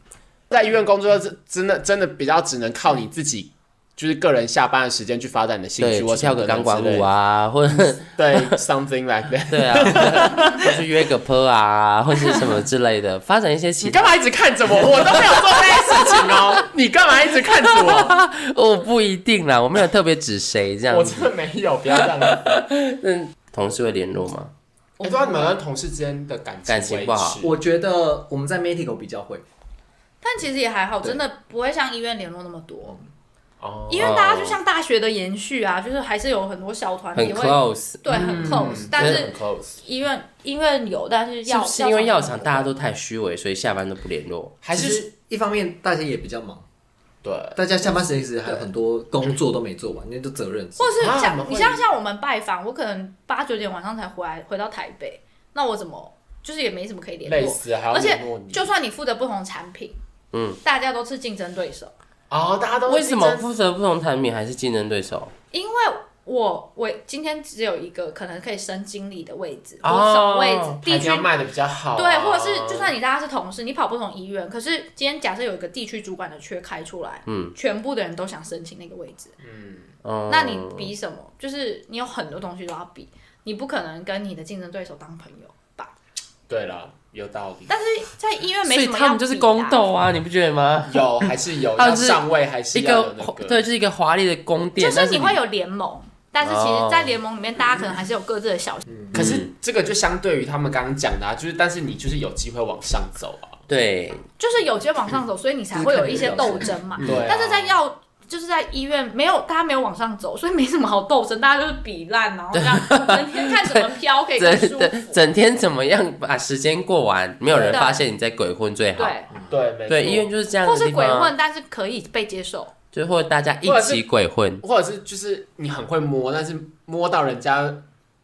Speaker 2: 在医院工作真真的真的比较只能靠你自己，就是个人下班的时间去发展你的兴
Speaker 1: 对，
Speaker 2: 趣，或
Speaker 1: 去跳个
Speaker 2: 什
Speaker 1: 钢
Speaker 2: 么等
Speaker 1: 管
Speaker 2: 等之类
Speaker 1: 舞，啊，或者
Speaker 2: 对 ，something like that。
Speaker 1: 对啊， 或是约个坡啊，或是什么之类的，发展一些
Speaker 2: 你
Speaker 1: 其他。
Speaker 2: 干嘛一直看着我？我都没有做这件事情哦，你干嘛一直看 着我？
Speaker 1: 哦，不一定啦，我没有特别指谁这样
Speaker 2: 我
Speaker 1: 子。
Speaker 2: 真的没有，不要这样。你
Speaker 1: 同事会联络吗？
Speaker 2: 知哎啊道你们跟同事之间的感
Speaker 1: 感情
Speaker 2: 维
Speaker 1: 不好
Speaker 2: 持
Speaker 4: 我觉得我们在 Medigo 比较会，
Speaker 3: 但其实也还好，
Speaker 4: 对
Speaker 3: 真的不会像医院联络那么多，
Speaker 2: 哦
Speaker 3: 因为大家就像大学的延续啊，就是还是有很多小团
Speaker 1: 很
Speaker 3: 体啊会
Speaker 1: close，
Speaker 3: 对
Speaker 2: 嗯
Speaker 3: 很 close，但
Speaker 1: 真的
Speaker 3: 是
Speaker 1: 很 close。
Speaker 3: 医院医院有，但是
Speaker 1: 是
Speaker 3: 药
Speaker 1: 不是因为药厂
Speaker 3: 没有
Speaker 1: 大家都太虚伪，所以下班都不联络？
Speaker 2: 还
Speaker 4: 其
Speaker 2: 是
Speaker 4: 实一方面大家也比较忙，
Speaker 2: 对
Speaker 4: 大家下班时间其实还有很多工作都没做完，那就责任制。
Speaker 3: 或是
Speaker 2: 啊
Speaker 3: 像、
Speaker 2: 我们会
Speaker 3: 你像像我们拜访，我可能八九点晚上才回来，回到台北，那我怎么就是也没什么可以联
Speaker 2: 累
Speaker 3: 络。
Speaker 2: 死，还要
Speaker 3: 而且
Speaker 2: 联络你
Speaker 3: 就算你负责不同产品，
Speaker 1: 嗯，
Speaker 3: 大家都是竞争对手，
Speaker 2: 哦，大家都
Speaker 1: 为什么负责不同产品还是竞争对手？
Speaker 3: 因为我我今天只有一个可能可以升经理的位置，
Speaker 1: 哦
Speaker 3: 或什么位置，地
Speaker 2: 还是
Speaker 3: 区
Speaker 2: 要卖的比较好啊、
Speaker 3: 对，或者是就算你大家是同事，你跑不同医院，可是今天假设有一个地区主管的缺开出来，
Speaker 1: 嗯，
Speaker 3: 全部的人都想申请那个位置，
Speaker 1: 哦，
Speaker 3: 那你
Speaker 2: 嗯
Speaker 3: 比什么？就是你有很多东西都要比，你不可能跟你的竞争对手当朋友吧？
Speaker 2: 对了，有道理。
Speaker 3: 但是在医院没
Speaker 1: 所以
Speaker 3: 什么、
Speaker 1: 他们就是宫，斗啊，你不觉得吗？
Speaker 2: 有还是有，
Speaker 1: 他
Speaker 2: 要
Speaker 1: 就是
Speaker 2: 上位还是啊
Speaker 1: 一
Speaker 2: 要有
Speaker 1: 个
Speaker 2: 那个
Speaker 1: 对，就是一个华丽的宫殿，
Speaker 3: 就
Speaker 1: 但
Speaker 3: 是
Speaker 1: 是
Speaker 3: 你会有联盟，但是其
Speaker 1: 哦
Speaker 3: 实，在联盟里面，大家可能还是有各自的小。
Speaker 2: 可是这个就相对于他们刚刚讲的啊，就是但是你就是有机会往上走啊，
Speaker 1: 对
Speaker 3: 就是有些往上走，所以你才会有一些斗争
Speaker 4: 嗯
Speaker 3: 嘛。
Speaker 2: 对啊
Speaker 3: 但是在药，就是在医院没有，大家没有往上走，所以没什么好斗争，大家就是比烂，然后 这样整天看怎么飘可以更
Speaker 1: 整
Speaker 3: 舒服
Speaker 1: 整。整天怎么样把时间过完，没有人
Speaker 3: 对
Speaker 1: 发现你在鬼混最好。
Speaker 3: 对，
Speaker 2: 对，没
Speaker 1: 对，医院就是这样
Speaker 3: 或
Speaker 1: 的地
Speaker 3: 是鬼
Speaker 1: 方啊，
Speaker 3: 混，但是可以被接受。
Speaker 1: 就或者大家
Speaker 2: 或
Speaker 1: 一
Speaker 2: 者是
Speaker 1: 起鬼混，
Speaker 2: 或者是就是你很会摸，但是摸到人家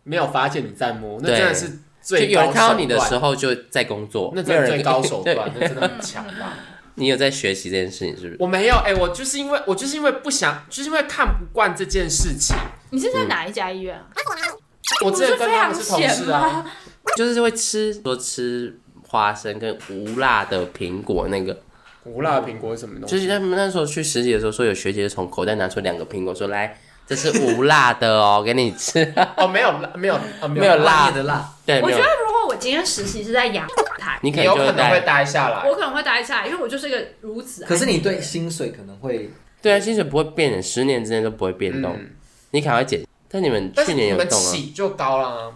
Speaker 2: 没有发现你在摸，那
Speaker 1: 对
Speaker 2: 真的是
Speaker 1: 就
Speaker 2: 最
Speaker 1: 有人
Speaker 2: 高
Speaker 1: 看到你的时
Speaker 2: 候，
Speaker 1: 候就在工作，
Speaker 2: 那
Speaker 1: 没有
Speaker 2: 真的
Speaker 1: 人
Speaker 2: 最高手段
Speaker 1: 对，
Speaker 2: 那真的很强啊大。
Speaker 1: 你有在学习这件事情是不是？
Speaker 2: 我没有，哎、我就是因为我就是因为不想，就是因为看不惯这件事情。
Speaker 3: 你是在哪一家医院啊？
Speaker 2: 嗯我之前
Speaker 3: 不
Speaker 2: 跟
Speaker 3: 是
Speaker 2: 他们是
Speaker 3: 非
Speaker 2: 同
Speaker 3: 常
Speaker 2: 事
Speaker 3: 闲
Speaker 2: 啊
Speaker 3: 吗，
Speaker 1: 就是会吃多吃花生跟无辣的苹果那个，
Speaker 2: 无辣苹果是什么东西？
Speaker 1: 就是他们那时候去实习的时候，说有学姐从口袋拿出两个苹果，说来，这是无辣的哦， 给你吃。
Speaker 2: 哦，没有辣，没有，哦、
Speaker 1: 没有辣
Speaker 4: 辣的辣，
Speaker 1: 对，
Speaker 3: 我
Speaker 1: 没
Speaker 3: 觉
Speaker 1: 有
Speaker 3: 得，如果我今天实习是在阳 台，
Speaker 1: 你可
Speaker 2: 你
Speaker 1: 能
Speaker 2: 有
Speaker 1: 就
Speaker 2: 可
Speaker 1: 会
Speaker 2: 能会
Speaker 1: 带。
Speaker 2: 待下来
Speaker 3: 我。可能会待下来，因为我就是一个如此。
Speaker 4: 可是你对薪水可能会
Speaker 1: 对啊，薪水不会变的，十年之内都不会变动。
Speaker 2: 嗯，
Speaker 1: 你可能会减，但你们
Speaker 2: 但
Speaker 1: 去
Speaker 2: 是
Speaker 1: 年
Speaker 2: 你
Speaker 1: 有
Speaker 2: 们
Speaker 1: 动啊？
Speaker 2: 起就高了。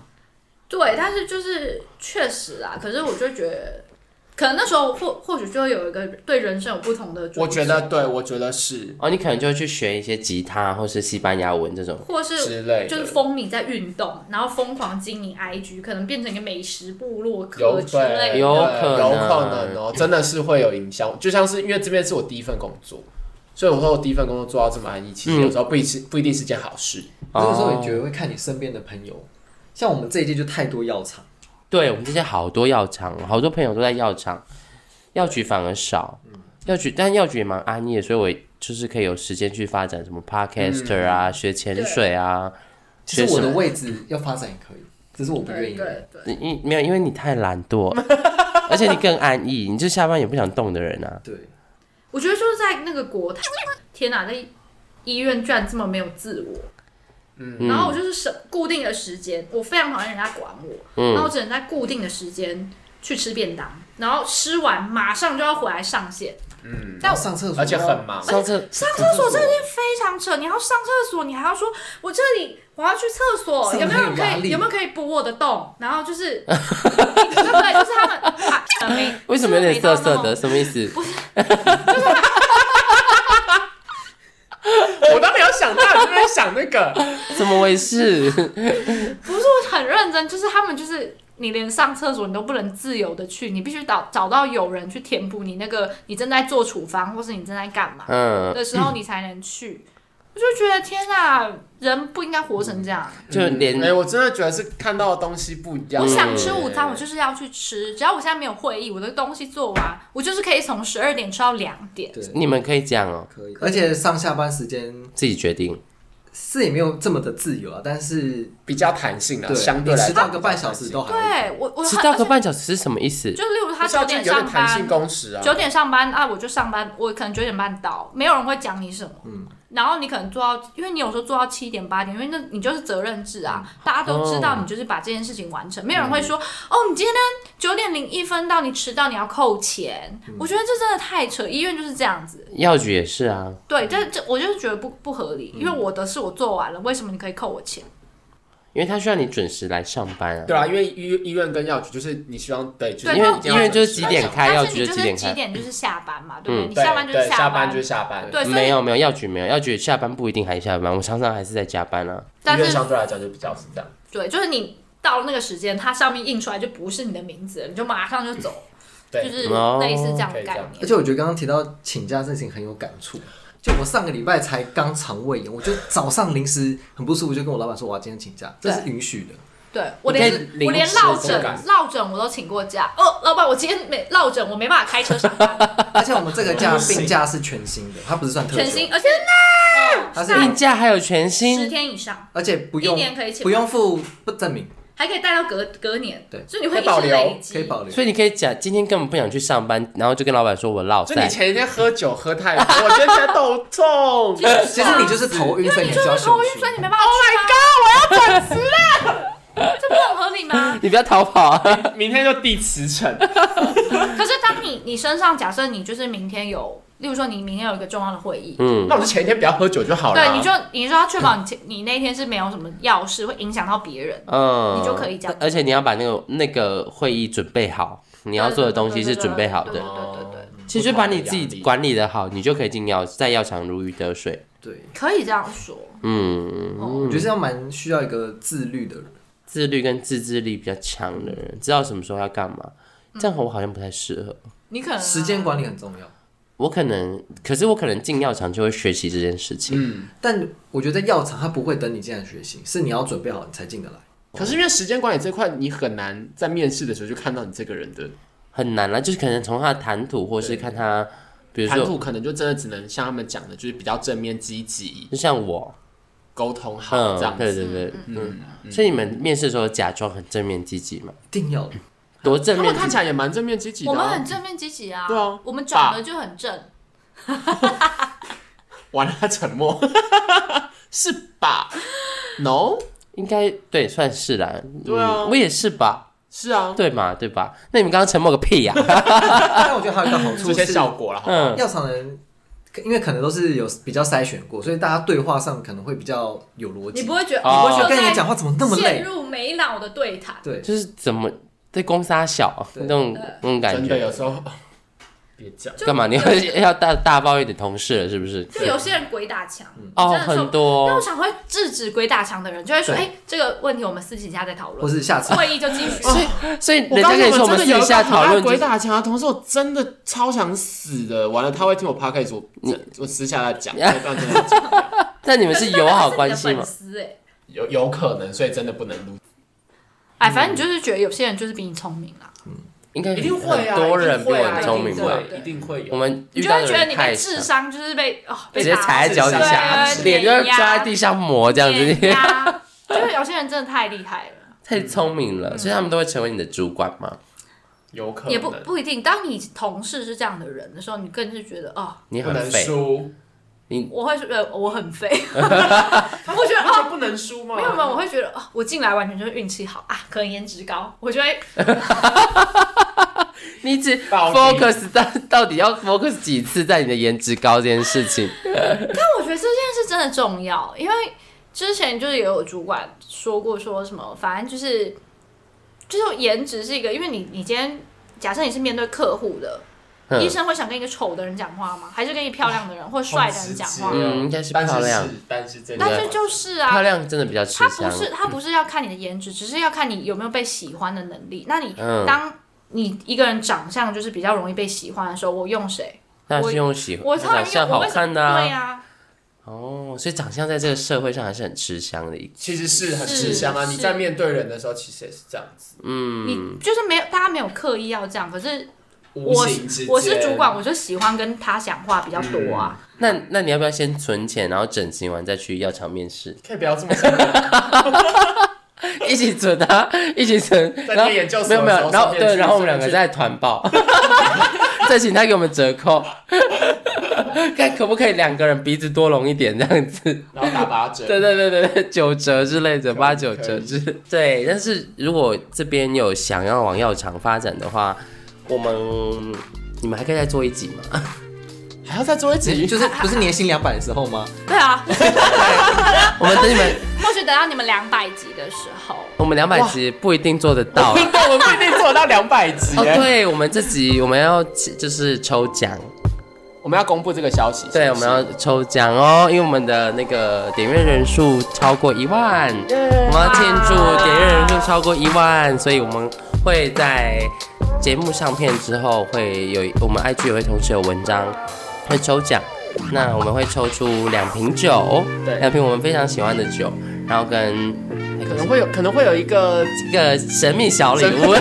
Speaker 3: 对，但是就是确实啊，可是我就觉得，可能那时候或或许就会有一个对人生有不同的追求，
Speaker 2: 我觉得对，我觉得是
Speaker 1: 哦，你可能就会去学一些吉他或是西班牙文这种。
Speaker 3: 或是
Speaker 2: 之类的，
Speaker 3: 就是风靡在运动，然后疯狂经营 IG，可能变成一个美食部落
Speaker 2: 有
Speaker 3: 客之
Speaker 2: 对，
Speaker 3: 类
Speaker 1: 有
Speaker 3: 的。
Speaker 1: 可能
Speaker 2: 有可能哦，真的是会有影响。就像是因为这边是我第一份工作，所以我说我第一份工作做到这么安逸，其实
Speaker 1: 嗯
Speaker 2: 有时候不一是不一定是件好事。
Speaker 4: 有的时候也觉得会看你身边的朋友，像我们这一届就太多药厂，
Speaker 1: 对我们这些好多药厂，好多朋友都在药厂，药局反而少。药局，但药局也蛮安逸的，所以我就是可以有时间去发展什么 podcaster 啊，
Speaker 3: 嗯
Speaker 1: 学潜水啊，
Speaker 4: 其实
Speaker 1: 学
Speaker 4: 我
Speaker 1: 什
Speaker 4: 的
Speaker 1: 么？
Speaker 4: 位置要发展也可以，只是我不愿
Speaker 3: 对
Speaker 4: 意。
Speaker 3: 对对，
Speaker 1: 你没有，因为你太懒惰， 而且你更安逸，你就下班也不想动的人啊。
Speaker 4: 对，
Speaker 3: 我觉得就是在那个国泰，天哪，在医院居然这么没有自我。然后我
Speaker 1: 嗯，
Speaker 3: 就是什固定的时间，我非常讨厌人家管我，
Speaker 1: 嗯
Speaker 3: 然后我只能在固定的时间去吃便当，然后吃完马上就要回来上线。
Speaker 2: 嗯，
Speaker 3: 但
Speaker 4: 但
Speaker 3: 我
Speaker 4: 上厕所
Speaker 2: 而且很
Speaker 3: 哦
Speaker 2: 忙，
Speaker 1: 上次
Speaker 3: 上厕所这件非常扯，你还要上厕所，你还要说我这里我要去厕所，
Speaker 4: 上
Speaker 3: 有没有人
Speaker 4: 很有压
Speaker 3: 可以
Speaker 4: 力
Speaker 3: 有没有可以补我的洞？然后就是 对不对？就是他们 啊呃没
Speaker 1: 为什么有点
Speaker 3: 就是没到
Speaker 1: 涩
Speaker 3: 那种
Speaker 1: 涩的？什么意思？
Speaker 2: 我都没有想到你在想那个，
Speaker 1: 怎么回 事？
Speaker 3: 不是我很认真，就是他们就是你连上厕所你都不能自由的去，你必须找找到有人去填补你那个你正在做处方或是你正在干嘛
Speaker 1: 嗯，
Speaker 3: 的时候，你才能去。我就觉得天哪，人不应该活成这样。
Speaker 1: 就
Speaker 3: 嗯
Speaker 1: 连
Speaker 2: 哎，我真的觉得是看到的东西不一样。嗯
Speaker 3: 我想吃午餐，我就是要去吃。只要我现在没有会议，我的东西做完，我就是可以从十二点吃到两点。
Speaker 4: 对
Speaker 1: 你们可以讲哦，
Speaker 4: 可以，而且上下班时间
Speaker 1: 自己决定。
Speaker 4: 是也没有这么的自由啊，但是
Speaker 2: 比较弹性啊，
Speaker 4: 对，
Speaker 2: 相对来说
Speaker 4: 你迟到个半小时都还好。
Speaker 3: 对我，我
Speaker 1: 嗯迟到
Speaker 3: 而
Speaker 1: 个
Speaker 3: 且
Speaker 1: 半小时是什么意思？
Speaker 3: 就例如他
Speaker 2: 就是要
Speaker 3: 九
Speaker 2: 去有
Speaker 3: 点
Speaker 2: 点
Speaker 3: 上
Speaker 2: 弹性
Speaker 3: 班，
Speaker 2: 工时啊。
Speaker 3: 九点上班啊，我就上班，我可能九点半到，没有人会讲你什么。
Speaker 2: 嗯
Speaker 3: 然后你可能做到，因为你有时候做到七点八点，因为那你就是责任制啊，
Speaker 2: 嗯
Speaker 3: 大家都知道你就是把这件事情完成，没有人会说哦，你今天九点零一分到，你迟到你要扣钱。
Speaker 2: 嗯
Speaker 3: 我觉得这真的太扯，医院就是这样子。
Speaker 1: 药局也是啊，
Speaker 2: 嗯
Speaker 3: 对，这这我就是觉得不不合理，因为我的事我做完了，为什么你可以扣我钱？
Speaker 1: 因为他需要你准时来上班啊。
Speaker 2: 对啊，因为医医院跟药局就是你希望对，就是
Speaker 3: 对
Speaker 1: 因为
Speaker 2: 你一定要
Speaker 1: 因为就是几
Speaker 2: 准时
Speaker 1: 点开，药
Speaker 3: 但是
Speaker 1: 局
Speaker 3: 你
Speaker 1: 就
Speaker 3: 就是
Speaker 1: 点
Speaker 3: 几
Speaker 1: 开。
Speaker 3: 点就是下班嘛，对不对？你
Speaker 2: 对
Speaker 3: 下班就
Speaker 2: 嗯
Speaker 3: 是
Speaker 2: 对下
Speaker 3: 班，
Speaker 2: 就是下班，
Speaker 3: 对，所
Speaker 1: 没
Speaker 3: 以
Speaker 1: 有没有，药局没有，药局下班不一定还下班，我常常还是在加班啊。
Speaker 3: 但
Speaker 2: 医院
Speaker 3: 是
Speaker 2: 相对来讲就比较是这样。
Speaker 3: 对，就是你到那个时间，它上面印出来就不是你的名字了，你就马上就走，
Speaker 2: 对
Speaker 3: 就是
Speaker 1: 哦
Speaker 3: 类似这样
Speaker 2: 可以
Speaker 3: 的
Speaker 2: 这
Speaker 3: 概
Speaker 2: 样
Speaker 4: 而
Speaker 3: 念。
Speaker 4: 且我觉得刚刚提到请假这件事情很有感触，就我上个礼拜才刚肠胃炎，我就早上临时很不舒服，就跟我老板说我要今天请假，这
Speaker 3: 对
Speaker 4: 是允许的。
Speaker 3: 对我
Speaker 1: 你
Speaker 3: 连
Speaker 1: 可以
Speaker 3: 我
Speaker 1: 临
Speaker 3: 连
Speaker 1: 时
Speaker 3: 落
Speaker 2: 更
Speaker 3: 枕
Speaker 2: 改
Speaker 3: 落枕我都请过假哦，老板，我今天没落枕，我没办法开车上班，
Speaker 4: 而且我们这个假病假是全新的，它不是算特休
Speaker 3: 全新，而且嗯
Speaker 4: 它是
Speaker 1: 病假还有全
Speaker 3: 十
Speaker 1: 薪，
Speaker 3: 天以上，
Speaker 4: 而且不用
Speaker 3: 一年可以请
Speaker 4: 不用付不证明，
Speaker 3: 还可以带到隔隔年，
Speaker 4: 对
Speaker 3: 所以你会一
Speaker 2: 可以保
Speaker 3: 直
Speaker 2: 留
Speaker 3: 累积，
Speaker 4: 可以保留。
Speaker 1: 所以你可以讲今天根本不想去上班，然后就跟老板说我落
Speaker 2: 就你
Speaker 1: 赛。
Speaker 2: 前一天喝酒喝太多， 我觉得现在头痛。
Speaker 3: 其实
Speaker 4: 其实你就是头晕，所以你需要
Speaker 3: 就是头
Speaker 4: 休
Speaker 3: 晕，所以你
Speaker 4: 息。
Speaker 3: 没办法。Oh my god！我要转职了，这不很合理吗？
Speaker 1: 你不要逃跑啊！
Speaker 2: 明天就递辞呈，
Speaker 3: 可是当你你身上假设你就是明天有，例如说你明天有一个重要的会议，
Speaker 1: 嗯，
Speaker 2: 那我就前一天不要喝酒就好了啊。
Speaker 3: 对，你就你就要确保你前你那天是没有什么要事会影响到别人。
Speaker 1: 嗯，
Speaker 3: 你就可以这样
Speaker 1: 而且你要把那个那个会议准备好，你
Speaker 3: 你
Speaker 1: 要做的东西是准备好
Speaker 3: 对
Speaker 1: 的。
Speaker 3: 对对对，
Speaker 2: 哦
Speaker 1: 其实就把你自己管理的好，你就可以进药，在药厂如鱼得水。
Speaker 4: 对，
Speaker 3: 可以这样说。哦
Speaker 1: 嗯，
Speaker 4: 我觉得这样蛮需要一个自律的人。
Speaker 1: 自律跟自制力比较强的人，知道什么时候要干嘛。这样我好像不太适合，
Speaker 3: 你可能啊
Speaker 4: 时间管理很重要，
Speaker 1: 我可能，可是我可能进药厂就会学习这件事情。
Speaker 4: 但我觉得在药厂他不会等你进来学习，是你要准备好你才进得来。
Speaker 2: 可是因为时间管理这块，你很难在面试的时候就看到你这个人的
Speaker 1: 很难啦，就是可能从他的谈吐，或是看他，比如
Speaker 2: 谈
Speaker 1: 说，
Speaker 2: 吐，可能就真的只能像他们讲的，就是比较正面积极，
Speaker 1: 就像我，
Speaker 2: 沟通好
Speaker 1: 嗯
Speaker 2: 这，样
Speaker 1: 对
Speaker 2: 子。
Speaker 1: 对对，嗯，所以你们面试的时候假装很正面积极嘛？
Speaker 4: 一定要的，
Speaker 1: 多正
Speaker 2: 他
Speaker 1: 面
Speaker 2: 们看起来也蛮正面积极的、
Speaker 3: 我们
Speaker 2: 啊
Speaker 3: 很。正面积极啊，
Speaker 2: 对啊
Speaker 3: 我们长得就很正，
Speaker 2: 完了，他啊沉默，是吧？No，
Speaker 1: 应该对算是啦、嗯
Speaker 2: 对啊
Speaker 1: 我也是吧，
Speaker 2: 是啊，
Speaker 1: 对嘛，对吧？那你们刚刚沉默个屁呀、
Speaker 4: 但我觉得还有一个好
Speaker 2: 出
Speaker 4: 处
Speaker 2: 些
Speaker 4: 是，
Speaker 2: 效果了。好
Speaker 1: 嗯，
Speaker 4: 药厂人因为可能都是有比较筛选过，所以大家对话上可能会比较有逻辑。
Speaker 3: 你不会觉得，
Speaker 1: 哦
Speaker 3: 你不会
Speaker 4: 跟
Speaker 3: 觉
Speaker 4: 你
Speaker 3: 得
Speaker 4: 讲话怎么那么
Speaker 3: 陷
Speaker 4: 累？
Speaker 3: 入没脑的对谈。
Speaker 4: 对，
Speaker 1: 就是怎么在攻杀小
Speaker 4: 对
Speaker 1: 那种
Speaker 3: 对
Speaker 1: 那种感
Speaker 2: 真的
Speaker 1: 觉，
Speaker 2: 有时候别讲，
Speaker 3: 就
Speaker 1: 干嘛？你
Speaker 3: 有
Speaker 1: 要 要大大抱怨你同事了是不是？
Speaker 3: 就有些人鬼打墙，
Speaker 1: 哦，
Speaker 3: 真的受
Speaker 1: 很
Speaker 3: 不那我
Speaker 1: 多
Speaker 3: 想会制止鬼打墙的人，就
Speaker 1: 哦
Speaker 3: 会说：“
Speaker 4: 对
Speaker 3: 哎、这个问题我们私底下再讨
Speaker 4: 或
Speaker 3: 论，
Speaker 4: 是下次
Speaker 3: 会议就 继续。
Speaker 1: 所以人家跟你说我们私底下讨论，就
Speaker 2: 鬼
Speaker 1: 是
Speaker 2: 打墙的同事，我真的超想死的。完了，他会听我 p o d c a 我我私下 来讲，要不然真的讲
Speaker 1: 但你们是友好关 系吗
Speaker 3: 可？是那个是你的粉丝哎、
Speaker 2: 有有可能，所以真的不能录。
Speaker 3: 哎，反正你就是觉得有些人就是比你聪明啊啦，
Speaker 1: 应该
Speaker 2: 一定会啊
Speaker 1: 很多人比我
Speaker 2: 一定会啊
Speaker 1: 很聪明吧
Speaker 3: 对？
Speaker 2: 一定会
Speaker 1: 我们
Speaker 3: 你
Speaker 1: 遇
Speaker 3: 就
Speaker 1: 到
Speaker 3: 会
Speaker 1: 的
Speaker 3: 觉得你
Speaker 1: 人太
Speaker 3: 的
Speaker 1: 少
Speaker 3: 智商就是被哦被
Speaker 1: 直接
Speaker 3: 打
Speaker 1: 踩在脚底下，
Speaker 3: 对
Speaker 1: 脸就会抓在地上磨，这样
Speaker 3: 碾
Speaker 1: 子
Speaker 3: 压就是有些人真的太厉害了，
Speaker 1: 太聪明了，所以他们都会成为你的主管嘛。
Speaker 2: 有可能
Speaker 3: 也不不一定。当你同事是这样的人的时候，你更是觉得哦，
Speaker 1: 你
Speaker 2: 不
Speaker 1: 很
Speaker 2: 能
Speaker 1: 废，
Speaker 2: 输，
Speaker 3: 我会呃我很废，
Speaker 2: 我觉得啊不能输吗？
Speaker 3: 哦没有没有，我会觉得哦，我进来完全就是运气好啊，可能颜值高，我就会
Speaker 1: 你只
Speaker 2: 暴力
Speaker 1: focus 到 到底要 focus 几次在你的颜值高这件事情？
Speaker 3: 我觉得这件事真的重要，因为之前就是也有主管说过，说什么反正就是就是颜值是一个，因为你你今天假设你是面对客户
Speaker 1: 嗯
Speaker 3: 的，
Speaker 1: 啊
Speaker 3: 医生会想跟一个丑的人讲话吗？还是跟一漂亮的人或帅的人讲话？
Speaker 1: 嗯应该是漂亮，
Speaker 2: 但是这
Speaker 3: 但是就是
Speaker 1: 漂
Speaker 3: 啊，
Speaker 1: 亮真的比较吃
Speaker 3: 他
Speaker 1: 香
Speaker 3: 不。是他不是要看你的颜值，只是要看你有没有被喜欢的能力。那你
Speaker 1: 嗯
Speaker 3: 当你一个人长相就是比较容易被喜欢的时候，我用谁？
Speaker 1: 那是用喜
Speaker 3: 我
Speaker 1: 欢嗯长
Speaker 3: 当然用
Speaker 1: 相
Speaker 3: 我
Speaker 1: 好
Speaker 3: 为什
Speaker 1: 看
Speaker 3: 么
Speaker 1: 的
Speaker 3: 对
Speaker 1: 啊。
Speaker 3: 呀、
Speaker 1: 哦，所以长相在这个社会上还是很吃香的一个。
Speaker 2: 其实是很
Speaker 3: 是
Speaker 2: 吃香啊。
Speaker 3: 是
Speaker 2: 你在面对人的时候，其实也是这样子，
Speaker 1: 嗯
Speaker 3: 你就是没有大家没有刻意要这样，可是
Speaker 2: 无
Speaker 3: 我
Speaker 2: 形之间。
Speaker 3: 是我是主管，，我就喜欢跟他讲话比较多啊。
Speaker 1: 那那你要不要先存钱，然后整形完再去药厂面试？
Speaker 2: 可以不要这么想吗。
Speaker 1: 一起存 啊，一起存。
Speaker 2: 在
Speaker 1: 然后
Speaker 2: 念研究所
Speaker 1: 没有没
Speaker 2: 的时
Speaker 1: 有，
Speaker 2: 候
Speaker 1: 然后
Speaker 2: 顺便
Speaker 1: 对，
Speaker 2: 去
Speaker 1: 然后我们两个
Speaker 2: 顺
Speaker 1: 在团报， 再请他给我们折扣， 看可不可以两个人鼻子多隆一点这样子。
Speaker 2: 然后打八折。
Speaker 1: 对对对对对，九折之类的，
Speaker 2: 可以
Speaker 1: 八九
Speaker 2: 可
Speaker 1: 折
Speaker 2: 以
Speaker 1: 之类。对，但是如果这边有想要往药厂发展的话，我们你们还可以再做一集嘛？
Speaker 2: 还要再做一集，
Speaker 4: 就是不是年薪两百的时候吗？
Speaker 1: 嗯
Speaker 3: 对啊，
Speaker 1: 我们等你们，
Speaker 3: 或许等到你们两百集的时候，
Speaker 1: 我们两百集不一定做得到。啊
Speaker 2: 但 我们不一定做到两百集
Speaker 1: 哦，
Speaker 2: 耶。
Speaker 1: 对，我们这集我们要就是抽奖。
Speaker 2: 我们要公布这个消息。
Speaker 1: 对，
Speaker 2: 是
Speaker 1: 我
Speaker 2: 不
Speaker 1: 们
Speaker 2: 是
Speaker 1: 要抽奖哦，因为我们的那个点阅人数超过一万，我们要庆祝点阅人数超过一万，所以我们会在节目上片之后会有我们 IG 也会同时有文章会抽奖，那我们会抽出两瓶酒，
Speaker 2: 对
Speaker 1: 两瓶我们非常喜欢的酒，然后跟
Speaker 2: 可能会有，可能会有 一个，
Speaker 1: 一个神秘小礼物，
Speaker 2: 不会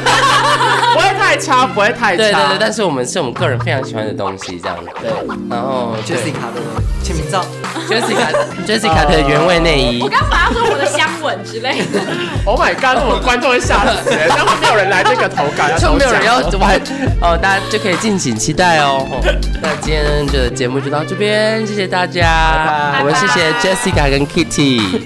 Speaker 2: 太差，不会太 差。
Speaker 1: 对对 对，但是我们是我们个人非常喜欢的东西这样子，
Speaker 2: 对
Speaker 1: 然后
Speaker 4: 杰西
Speaker 1: 对
Speaker 4: 卡的签名照，
Speaker 1: Jessica Jessica 的原味内衣
Speaker 3: 我。刚刚本来要说我的香吻之类的，
Speaker 2: Oh my god！那我们观众会吓 死耶，但会没有人来这个投稿，
Speaker 1: 就
Speaker 2: 抽
Speaker 1: 没有人
Speaker 2: 奖
Speaker 1: 要
Speaker 2: 了
Speaker 1: 玩 哦，大家就可以敬请期待哦。吼那今天的节目就到这边，谢谢大家，
Speaker 2: 拜
Speaker 1: 我们谢谢 Jessica 跟 Kitty。